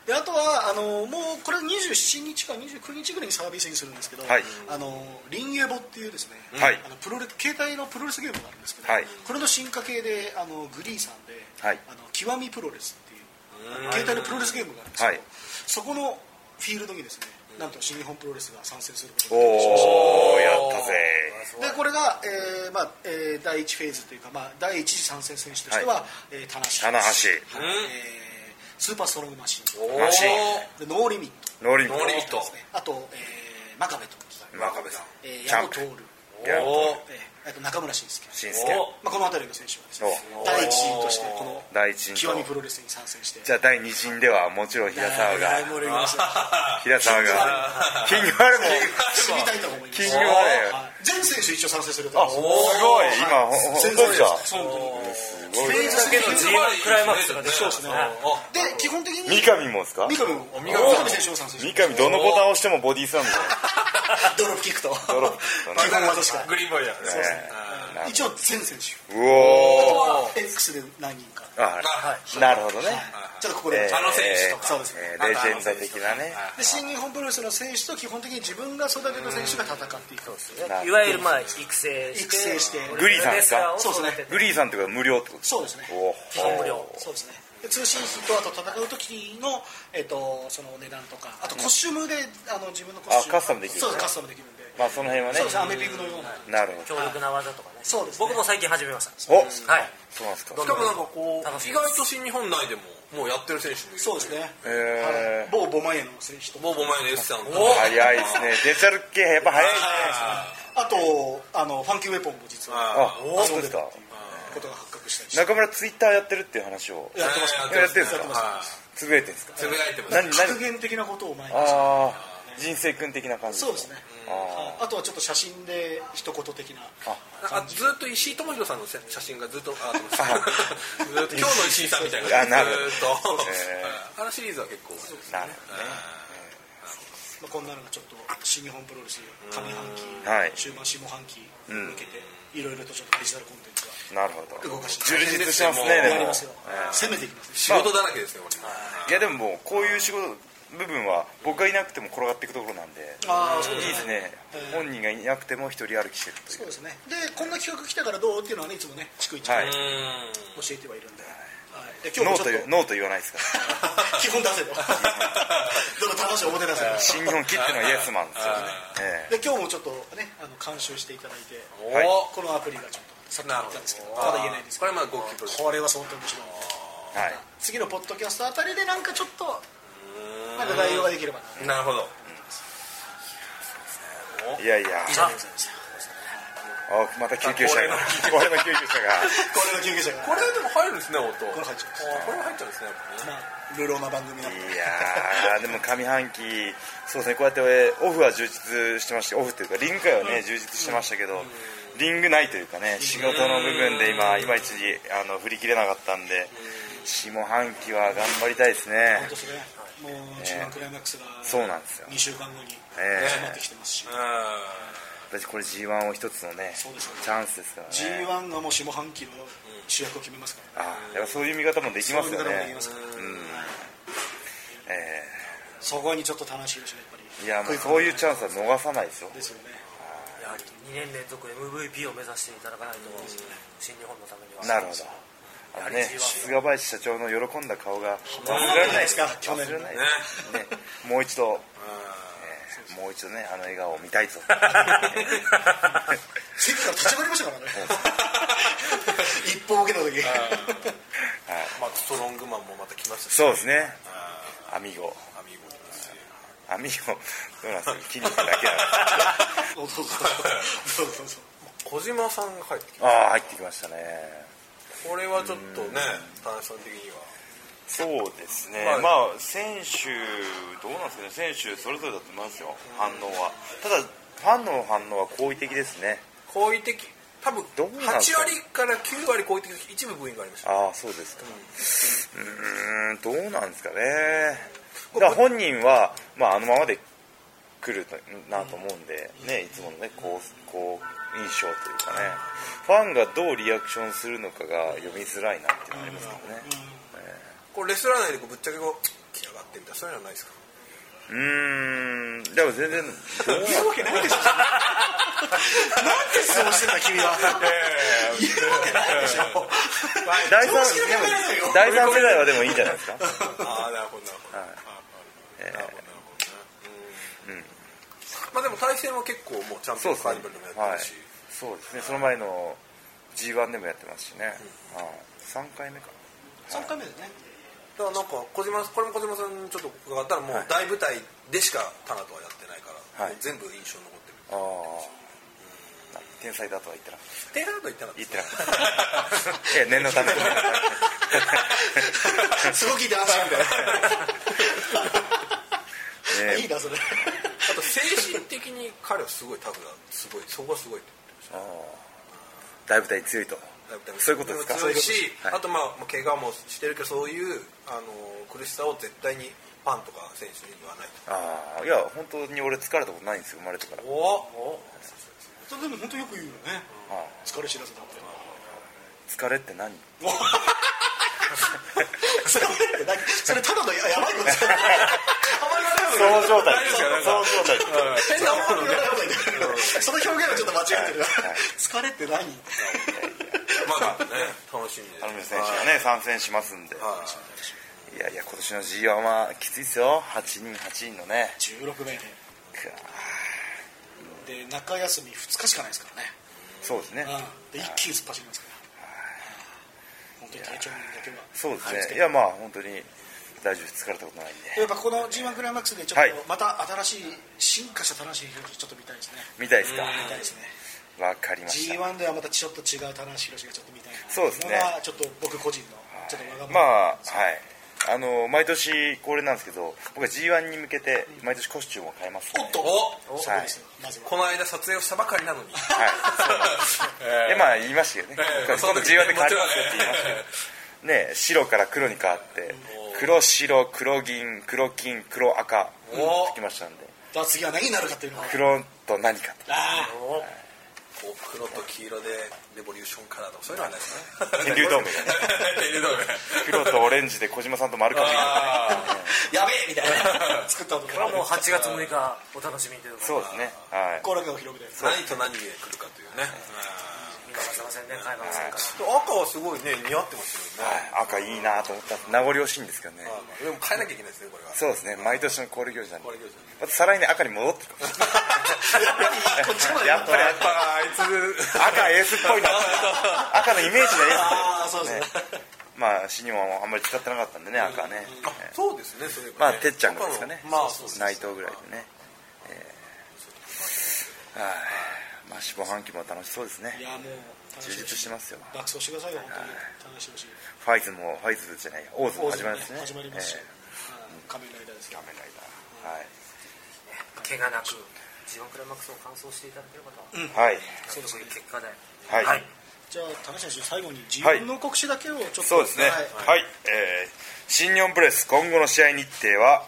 [SPEAKER 2] であとはあのもうこれ27日か29日ぐらいにサービスにするんですけど、
[SPEAKER 1] はい
[SPEAKER 2] あのリンエボっていうですね、
[SPEAKER 1] はい
[SPEAKER 2] あのプロレ携帯のプロレスゲームがあるんですけど、
[SPEAKER 1] はい
[SPEAKER 2] これの進化系であのグリーンさんで、
[SPEAKER 1] はい
[SPEAKER 2] あの極みプロレスっていう携帯のプロレスゲームがあるんですけど、
[SPEAKER 1] はい
[SPEAKER 2] そこのフィールドにですね、なんと新日本プロレスが参戦すること
[SPEAKER 1] お
[SPEAKER 2] になりました
[SPEAKER 1] おやったぜ
[SPEAKER 2] でこれが、えーまあえー第1フェーズというか、まあ、第1次参戦選手としては、えー棚橋
[SPEAKER 1] 棚橋
[SPEAKER 2] はいえースーパーストロングマシン
[SPEAKER 1] マシン
[SPEAKER 2] でノーリミット
[SPEAKER 1] ノーリミッ
[SPEAKER 3] ノーリミット
[SPEAKER 2] ですねあと、えー、真壁と、
[SPEAKER 1] 真壁さん
[SPEAKER 2] えー、
[SPEAKER 1] キャ
[SPEAKER 2] 矢
[SPEAKER 1] ン
[SPEAKER 2] 野
[SPEAKER 1] プい
[SPEAKER 2] 徹、
[SPEAKER 1] や
[SPEAKER 3] おー
[SPEAKER 2] えー、あと中村慎介、
[SPEAKER 1] しんすけ
[SPEAKER 2] まあ、この辺りの選手がです、ね
[SPEAKER 1] お、
[SPEAKER 2] 第1陣としてこの
[SPEAKER 1] 第一陣と
[SPEAKER 2] 極みプロレスに参戦して
[SPEAKER 1] じゃあ第2陣ではもちろん平沢が
[SPEAKER 2] いやーもう俺言いました
[SPEAKER 1] 平沢が キングアルも
[SPEAKER 2] 知りたいと思います
[SPEAKER 1] キングはね
[SPEAKER 2] はい全選手一応参戦すると思います
[SPEAKER 1] おすごい今ほ
[SPEAKER 2] はい
[SPEAKER 1] ほ
[SPEAKER 2] 全
[SPEAKER 1] ほんとですか
[SPEAKER 2] そう
[SPEAKER 1] すごい
[SPEAKER 5] ページだけの G1 クライマックスが出てますね
[SPEAKER 2] で基本的に
[SPEAKER 1] 三上もですか
[SPEAKER 2] 三上も三上選手も参戦し
[SPEAKER 1] 三
[SPEAKER 2] て
[SPEAKER 1] 上どのボタンを押してもボディースラムだよ
[SPEAKER 2] ドロップキックと
[SPEAKER 1] ドロップキックとね
[SPEAKER 2] 基本技しか
[SPEAKER 3] グリーンボイヤー
[SPEAKER 1] ねな
[SPEAKER 2] 一応全選手
[SPEAKER 1] うおー
[SPEAKER 2] あとは X で何人か
[SPEAKER 1] あ
[SPEAKER 3] はい
[SPEAKER 1] なるほどね
[SPEAKER 2] ちょっとここで
[SPEAKER 1] えー
[SPEAKER 3] あの選手とか
[SPEAKER 2] そうですね
[SPEAKER 1] えーレジェンド的なね
[SPEAKER 2] で新日本プロレスの選手と基本的に自分が育てた選手が戦っていく
[SPEAKER 5] いわゆるまあ育成して
[SPEAKER 2] 育成して
[SPEAKER 1] グリーさんですか
[SPEAKER 5] そうですね
[SPEAKER 1] グリーさんってことは無料ってことですか
[SPEAKER 2] そうですね
[SPEAKER 1] おー
[SPEAKER 5] 基本無料
[SPEAKER 2] そうですねで通信費とあと戦う時の、えっとその値段とかあとコスチュームで、あの自分のコスチュー
[SPEAKER 1] あカ
[SPEAKER 2] ム
[SPEAKER 1] スタムできる
[SPEAKER 2] そうですカスタムできるんで、
[SPEAKER 1] まあその辺はね
[SPEAKER 2] そうですアメピグのような
[SPEAKER 1] なるほど
[SPEAKER 5] 強力な技とかね
[SPEAKER 2] そうですね
[SPEAKER 5] 僕も最近始めました
[SPEAKER 1] お
[SPEAKER 5] はい
[SPEAKER 1] そうなんですか
[SPEAKER 5] ど
[SPEAKER 3] しかもなんかこう
[SPEAKER 5] 楽
[SPEAKER 3] 意
[SPEAKER 5] しみです
[SPEAKER 3] 外と新日本内でももうやってる選手もいる
[SPEAKER 2] そうですね、
[SPEAKER 1] え
[SPEAKER 2] 某ボマイエの選手と
[SPEAKER 3] もう5枚の S さんが
[SPEAKER 1] ー早いですねデジ タル系やっぱ早いですね
[SPEAKER 3] あ
[SPEAKER 2] あとあのファンキーウェポンも実
[SPEAKER 1] あ
[SPEAKER 3] ああ
[SPEAKER 2] は
[SPEAKER 1] 本当
[SPEAKER 2] 遊ん
[SPEAKER 1] で
[SPEAKER 2] ですた
[SPEAKER 1] か
[SPEAKER 2] っていうことが発覚したりして
[SPEAKER 1] 中村ツイッターやってるっていう話を
[SPEAKER 2] やってます
[SPEAKER 3] や
[SPEAKER 2] ね
[SPEAKER 3] っ
[SPEAKER 1] やってるんです
[SPEAKER 2] やって
[SPEAKER 1] か
[SPEAKER 2] ます
[SPEAKER 1] はいつぶやいてるんですか
[SPEAKER 3] つぶやいてます
[SPEAKER 1] 何
[SPEAKER 2] 格
[SPEAKER 1] 何
[SPEAKER 2] 言的なことを前に
[SPEAKER 1] ああ人生君的な感じ
[SPEAKER 2] そうですね
[SPEAKER 1] あ
[SPEAKER 2] あとはちょっと写真で一言的な
[SPEAKER 3] なんかずっと石井智弘さんのせ写真がずっとあってますずっと今日の石井さんみたい
[SPEAKER 1] あ
[SPEAKER 3] な
[SPEAKER 1] な
[SPEAKER 3] 感
[SPEAKER 1] る
[SPEAKER 3] じ
[SPEAKER 1] ほど
[SPEAKER 3] でずーっ
[SPEAKER 1] え
[SPEAKER 3] とあのシリーズは結構
[SPEAKER 1] なるほ
[SPEAKER 2] まあ、こんなのがちょっと新日本プロレス上半期、
[SPEAKER 1] はい
[SPEAKER 2] 終盤下半期に向けて、いろいろとちょっとデジタルコンテンツ
[SPEAKER 1] どなるほど
[SPEAKER 2] が動かして
[SPEAKER 1] 充実してますね
[SPEAKER 3] もう
[SPEAKER 2] や
[SPEAKER 1] で
[SPEAKER 2] り
[SPEAKER 1] も
[SPEAKER 2] ますよ、攻めていきますね
[SPEAKER 3] 仕事だらけですね俺も
[SPEAKER 1] いやでももうこういう仕事部分は僕がいなくても転がっていくところなんで
[SPEAKER 2] ああそう
[SPEAKER 1] いいですね本人がいなくても一人歩きしてると
[SPEAKER 2] そ
[SPEAKER 1] いう
[SPEAKER 2] うですねでこんな企画来たからどうっていうのはねいつもね逐一、
[SPEAKER 1] はい
[SPEAKER 2] 教えてはいるんで,、はい、で今日
[SPEAKER 1] ノー
[SPEAKER 2] もちょ
[SPEAKER 1] と
[SPEAKER 2] っと
[SPEAKER 1] 言うノーと言わないですから
[SPEAKER 2] 基本出せと どの楽しい表出せと
[SPEAKER 1] 新日本きってのはイエスマンですよねえ
[SPEAKER 2] で今日もちょっとねあの監修していただいて
[SPEAKER 3] お
[SPEAKER 1] はい
[SPEAKER 2] このアプリがちょっとさっき
[SPEAKER 3] な
[SPEAKER 2] 言
[SPEAKER 3] るほど
[SPEAKER 2] ったんですけどまだ言えないんです
[SPEAKER 3] こ
[SPEAKER 2] けど
[SPEAKER 3] れはまあゴキブル
[SPEAKER 2] これは相当面白い
[SPEAKER 1] えはい
[SPEAKER 2] 次のポッドキャストあたりでなんかちょっとなんか代用ができればなと
[SPEAKER 3] なるほど
[SPEAKER 1] いやいや
[SPEAKER 2] 以上でございました
[SPEAKER 1] あまた救急車が これの救急車が
[SPEAKER 2] これが救急車が
[SPEAKER 3] これでも入るんですね音
[SPEAKER 2] これ入っちゃいます
[SPEAKER 3] あーこれ入っちゃうんですねやっぱね
[SPEAKER 2] まあ流浪な番組なんで
[SPEAKER 1] いやーでも上半期そうですねこうやってオフは充実してましたオフというかリング界はね充実してましたけどリングないというかね仕事の部分で今いまいちあの振り切れなかったんで下半期は頑張りたいです
[SPEAKER 2] 本
[SPEAKER 1] ね
[SPEAKER 2] 当それもう中盤クライマックスが
[SPEAKER 1] そうなんですよ
[SPEAKER 2] 2週間後に
[SPEAKER 1] ええ
[SPEAKER 2] 始まってきてますし
[SPEAKER 1] 私これ G1 を一つのね
[SPEAKER 2] そうですよね
[SPEAKER 1] チャンスですからね
[SPEAKER 2] G1 がもう下半期の主役を決めますからね
[SPEAKER 1] あーやっぱそういう見方もできますよ
[SPEAKER 2] そういう見方も
[SPEAKER 1] ね
[SPEAKER 2] できますから
[SPEAKER 1] え
[SPEAKER 2] そこにちょっと楽しいでしょやっぱ
[SPEAKER 1] ー
[SPEAKER 2] り
[SPEAKER 1] いやもうそういうチャンスは逃さないですよ
[SPEAKER 2] ですよね
[SPEAKER 5] やはり2年連続 MVP を目指していただかないと新日本のためには
[SPEAKER 1] なるほどあのね菅林社長の喜んだ顔が忘れられないです
[SPEAKER 2] 忘れられないですか去
[SPEAKER 1] 忘
[SPEAKER 2] 年
[SPEAKER 1] れ
[SPEAKER 2] の
[SPEAKER 1] られないですねもう一度、えーもう一度ねあの笑顔を見たいと
[SPEAKER 2] 席から立ち上がりましたからね一報受けた時
[SPEAKER 3] まあストロングマンもまた来ましたし
[SPEAKER 1] そうですねアミゴ
[SPEAKER 3] アミーゴですし
[SPEAKER 1] アミゴどうなんですか筋肉だけなんですか
[SPEAKER 2] どうぞどうぞどうぞ
[SPEAKER 3] 小島さんが入ってき
[SPEAKER 1] ああ入ってきましたね
[SPEAKER 3] たこれはちょっとね田中さん的には
[SPEAKER 1] そうですね、
[SPEAKER 3] はい
[SPEAKER 1] まあ選手どうなんですかね選手それぞれだと思いますよ反応はただファンの反応は好意的ですね
[SPEAKER 3] 好意的多分
[SPEAKER 1] どう
[SPEAKER 3] 8
[SPEAKER 1] なんですか
[SPEAKER 3] 割から9割好意的一部部員がありました
[SPEAKER 1] ああそうですかうーんどうなんですかねだから本人は、まあ、あのままで来るとなと思うんで、ね、いつものね好好印象というかねファンがどうリアクションするのかが読みづらいなっていうのはありますけどね
[SPEAKER 3] これレスラー内でこうぶっちゃけこう来やがってみたいなそういうのはないですか
[SPEAKER 1] うーんでも 全然どう
[SPEAKER 2] 言うわけないでしょそんななんて質問してんだ君は言うわけないでし
[SPEAKER 1] 第三第三
[SPEAKER 2] ょ常識の問題ですよ
[SPEAKER 1] 世代はでもいいんじゃないですか
[SPEAKER 3] ああなるほどなるほど、あーなるほどなるほどね、まあでも対戦は結構もうチャンピ
[SPEAKER 1] そう
[SPEAKER 3] オン
[SPEAKER 1] です
[SPEAKER 3] カ
[SPEAKER 1] ね
[SPEAKER 3] ーニバルでもや
[SPEAKER 1] は
[SPEAKER 3] って
[SPEAKER 1] い
[SPEAKER 3] るし、
[SPEAKER 1] そうですねその前の G1 でもやってますしね、はい、3回目か
[SPEAKER 2] 3回目でね
[SPEAKER 3] だからなんか小島これも小島さんにちょっと伺ったらもう
[SPEAKER 1] はい
[SPEAKER 3] 大舞台でしかタナとはやってないから、
[SPEAKER 1] はい
[SPEAKER 3] もう全部印象に残ってる
[SPEAKER 1] ああ天才だとは言ってなかった
[SPEAKER 3] テイラード行ったら
[SPEAKER 1] 言ってなかったええ念のため
[SPEAKER 2] すごく聞いて安 心だよ
[SPEAKER 1] ね
[SPEAKER 2] いいなそれ
[SPEAKER 3] あと精神的に彼はすごいタフだすごいそこはすごい
[SPEAKER 1] ああ大舞台に強いとそういうことですか
[SPEAKER 3] 強いし
[SPEAKER 1] はい
[SPEAKER 3] あとまあもう怪我もしてるけどそういうあの苦しさを絶対にファンとか選手に言わないと
[SPEAKER 1] ああいや本当に俺疲れたことないんですよ生まれてから
[SPEAKER 3] おお
[SPEAKER 2] それでも本当よく言うよね
[SPEAKER 1] はい
[SPEAKER 2] 疲れ知らずだって
[SPEAKER 1] 疲れって何
[SPEAKER 2] それそれただのややばいことですよ
[SPEAKER 1] その状態
[SPEAKER 3] ですよね
[SPEAKER 1] その状態
[SPEAKER 2] 変なも のその表現はちょっと間違えてるな疲れって何
[SPEAKER 3] まだね楽しみです
[SPEAKER 1] 田辺選手がね参戦しますんで
[SPEAKER 3] はい
[SPEAKER 1] いやいや今年の G1 はきついですよ8人8人のね
[SPEAKER 2] 16名で
[SPEAKER 1] くわ
[SPEAKER 2] で中休み2日しかないですからね
[SPEAKER 1] そうですね
[SPEAKER 2] うんで一気に突っ走りますから本当に体調面だけは
[SPEAKER 1] そうです
[SPEAKER 2] 気をつけ
[SPEAKER 1] ね
[SPEAKER 2] て
[SPEAKER 1] いやまあ本当に大丈夫です疲れたことないんで
[SPEAKER 2] やっぱこの G1 クライマックスでちょ
[SPEAKER 1] はい
[SPEAKER 2] っとまた新しい進化した棚橋宏ちょっと見たいですね
[SPEAKER 1] 見たいですか
[SPEAKER 2] 見たいですね
[SPEAKER 1] わかりました
[SPEAKER 2] G1 ではまたちょっと違う棚橋宏がちょっと見たいな
[SPEAKER 1] そうですね
[SPEAKER 2] のがちょっと僕個人のちょっとわが
[SPEAKER 1] ま
[SPEAKER 2] ま
[SPEAKER 1] あはいあの毎年恒例なんですけど僕は G1 に向けて毎年コスチュームを変えますんで
[SPEAKER 2] おっと
[SPEAKER 3] お
[SPEAKER 2] そこですよまずは
[SPEAKER 3] この間撮影をしたばかりなのに
[SPEAKER 1] はいそうなんですえまあ言いましたよね
[SPEAKER 3] ええ
[SPEAKER 1] 今度 G1 で変わりますよって言いましたよね白から黒に変わって黒白黒銀黒金黒赤
[SPEAKER 3] お
[SPEAKER 1] ってきましたんで
[SPEAKER 2] じゃあ次は何になる かっていうのを
[SPEAKER 1] 黒と何か
[SPEAKER 2] ああ
[SPEAKER 5] お
[SPEAKER 3] こう黒と黄色でレボリューションカラーとかそういうのはない ですね
[SPEAKER 1] と天竜同盟がね
[SPEAKER 3] 天竜同盟
[SPEAKER 1] 黒とオレンジで小島さんと丸川さん
[SPEAKER 3] あ
[SPEAKER 2] やべえみたいな作ったこと
[SPEAKER 5] これはもう8月6日お楽しみということで
[SPEAKER 1] そうですねはい
[SPEAKER 2] 後楽園を広げて
[SPEAKER 3] ー何と何で来るかというね
[SPEAKER 5] みんな忘れませんね開幕戦
[SPEAKER 3] うん
[SPEAKER 5] から
[SPEAKER 3] 赤はすごいね似合ってますよね
[SPEAKER 1] 赤いいなと思ったんです名残惜しいんですけどね
[SPEAKER 3] でも変えなきゃいけないですねこれは
[SPEAKER 1] そうですね毎年の恒例行事なんで
[SPEAKER 3] これ行事
[SPEAKER 1] また再来年赤に戻ってるかもし
[SPEAKER 2] こっち
[SPEAKER 1] れない
[SPEAKER 2] まで
[SPEAKER 1] やっぱり
[SPEAKER 3] ぱあいつ
[SPEAKER 1] 赤エースっぽいな赤のイメージのエース
[SPEAKER 2] ああそうですね
[SPEAKER 1] まあ死にもあんまり使ってなかったんでね赤はねえー
[SPEAKER 3] そうですねそれ
[SPEAKER 1] まあてっちゃんがですかね
[SPEAKER 3] まあそうですね
[SPEAKER 1] 内藤ぐらいでねえーはいまあ下半期も楽しそうですね
[SPEAKER 2] いやもう楽
[SPEAKER 1] 充
[SPEAKER 2] み
[SPEAKER 1] 実してますよ
[SPEAKER 2] 爆走してくださいよ本当に楽しみし
[SPEAKER 1] ファイズもファイズじゃないやオーズも始まりますね
[SPEAKER 2] 始まります
[SPEAKER 1] え
[SPEAKER 2] しうん仮面ライダーですよ
[SPEAKER 1] ーダメライダーはい
[SPEAKER 5] 怪我なく G1 クライマックスを完走していただければと、う
[SPEAKER 1] はい、
[SPEAKER 5] そうですね結果で
[SPEAKER 1] は
[SPEAKER 5] はい
[SPEAKER 2] じゃあ田中選手最後に自
[SPEAKER 1] はい
[SPEAKER 2] 分の告知だけをちょっと
[SPEAKER 1] そうですね、は
[SPEAKER 2] はいい、
[SPEAKER 1] えー新日本プロレス今後の試合日程は、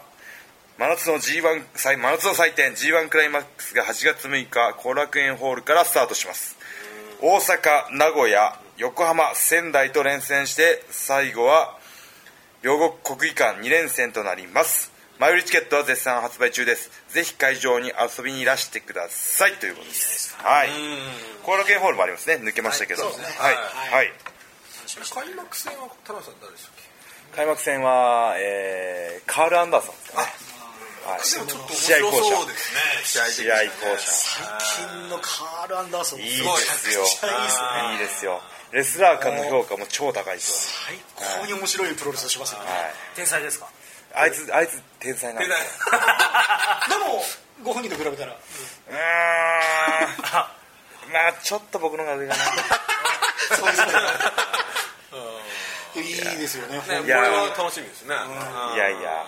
[SPEAKER 1] 真夏の G1 祭真夏の祭典 G1 クライマックスが8月6日、後楽園ホールからスタートします。大阪、名古屋、横浜、仙台と連戦して、最後は両国国技館2連戦となります。前売りチケットは絶賛発売中です。ぜひ会場に遊びにいらしてくださいということです。はい。後楽園ホールもありますね。抜けましたけど。
[SPEAKER 2] はいそうですね
[SPEAKER 1] はい。
[SPEAKER 2] は
[SPEAKER 1] はい
[SPEAKER 3] 開幕戦は田辺さん誰でしたっ
[SPEAKER 1] 開幕戦は、えーカール・アンダーソンですかね、はい、
[SPEAKER 3] けでもちょっと面
[SPEAKER 1] 試合
[SPEAKER 3] 白
[SPEAKER 1] 巧
[SPEAKER 3] そう
[SPEAKER 1] 者
[SPEAKER 3] ですね試合的
[SPEAKER 1] 試
[SPEAKER 3] に
[SPEAKER 1] 合巧者
[SPEAKER 2] 最近のカール・アンダーソン
[SPEAKER 1] いい
[SPEAKER 2] す
[SPEAKER 1] で
[SPEAKER 2] ごい
[SPEAKER 1] すよ
[SPEAKER 2] めちゃくちゃいいですね
[SPEAKER 1] いいですよレスラー間の評価も超高いです
[SPEAKER 2] 最高に面白いプロレスをしますよね
[SPEAKER 1] よ、はい、
[SPEAKER 5] 天才ですか
[SPEAKER 1] あいつあいつ天才なん
[SPEAKER 3] で
[SPEAKER 1] で
[SPEAKER 3] な
[SPEAKER 1] すよ
[SPEAKER 2] でもご本人と比べたら
[SPEAKER 1] うーんまあちょっと僕の方が上か
[SPEAKER 2] そうです ねいいですよね
[SPEAKER 3] ね
[SPEAKER 2] 本
[SPEAKER 3] こ
[SPEAKER 1] い
[SPEAKER 3] れ
[SPEAKER 1] や
[SPEAKER 3] は楽しみですね
[SPEAKER 1] ないやいや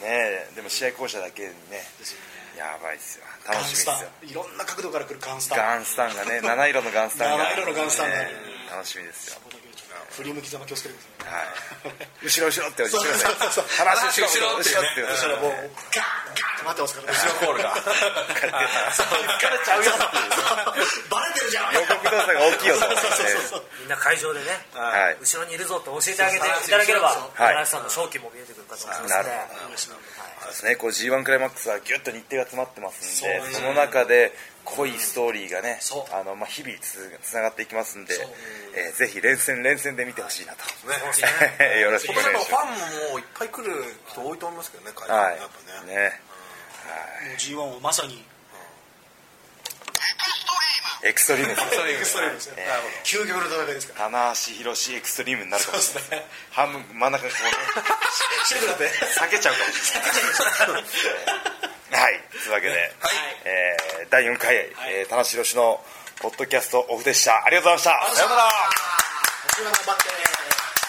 [SPEAKER 1] ねえでも試合巧者だけにね
[SPEAKER 2] ですよね
[SPEAKER 1] やばいですよ
[SPEAKER 2] ガ
[SPEAKER 1] 楽
[SPEAKER 2] ン
[SPEAKER 1] し
[SPEAKER 2] ス
[SPEAKER 1] みで
[SPEAKER 2] タ
[SPEAKER 1] すよ
[SPEAKER 2] ンいろんな角度から来るガンスタン
[SPEAKER 1] ガンスタンがね七色のガンスタンが、ね、
[SPEAKER 2] 七色のガンスタンが
[SPEAKER 1] 楽しみですよ、
[SPEAKER 2] ここだけはちょっと振り向きざま気をつけてくださ
[SPEAKER 1] は
[SPEAKER 2] いね
[SPEAKER 1] い、後ろ後ろって言われて
[SPEAKER 2] そうそうそうそう
[SPEAKER 1] 話し後ろ後ろ
[SPEAKER 3] 後ろ
[SPEAKER 1] っ
[SPEAKER 3] ってて
[SPEAKER 1] 言われて
[SPEAKER 2] そしたらもうガッガッと待ってますからね
[SPEAKER 3] 後ろコールが
[SPEAKER 2] そう疲れちゃうよっていうバレてるじゃん
[SPEAKER 1] 予告動作が大きいよと
[SPEAKER 2] そ
[SPEAKER 1] 思っ
[SPEAKER 2] う
[SPEAKER 1] て
[SPEAKER 2] そうそうそう
[SPEAKER 5] みんな会場でね
[SPEAKER 1] はい
[SPEAKER 5] 後ろにいるぞって教えてあげていただければ
[SPEAKER 2] そ
[SPEAKER 1] そ
[SPEAKER 2] う
[SPEAKER 1] うはい
[SPEAKER 5] 荒木さんの勝機も見えてくるかと思います
[SPEAKER 1] な
[SPEAKER 5] の
[SPEAKER 1] る
[SPEAKER 5] で
[SPEAKER 1] ほ
[SPEAKER 5] はい
[SPEAKER 1] そうですねこう G1 クライマックスはギュッと日程が詰まってますんで
[SPEAKER 2] そ
[SPEAKER 1] そ
[SPEAKER 2] う
[SPEAKER 1] の中で濃いストーリーがね
[SPEAKER 2] そう
[SPEAKER 1] あの、まあ、日々つつながっていきますんで
[SPEAKER 2] そう、
[SPEAKER 1] えーぜひ連戦連戦で見てほしいなと、
[SPEAKER 3] ね
[SPEAKER 1] よろしくお
[SPEAKER 3] やっぱ
[SPEAKER 1] 願いし
[SPEAKER 3] ファンももういっぱい来る人多いと思いますけどね、会
[SPEAKER 1] ま
[SPEAKER 3] 場
[SPEAKER 1] すはい
[SPEAKER 3] やっぱね。
[SPEAKER 1] ね
[SPEAKER 2] う G1 をまさに
[SPEAKER 1] エクストリームですね
[SPEAKER 3] それそれですねなるほど
[SPEAKER 2] 究極の戦いですから
[SPEAKER 1] 棚橋宏エクストリームになるかもしれない
[SPEAKER 2] そうですね
[SPEAKER 1] 半分真ん中が こうね
[SPEAKER 2] シェフだって
[SPEAKER 1] 避けちゃうかもしれないはいというわけで、えー第4回、えー、棚橋宏のポッドキャストオフでしたありがとうございましたさようなら
[SPEAKER 2] こちら頑張って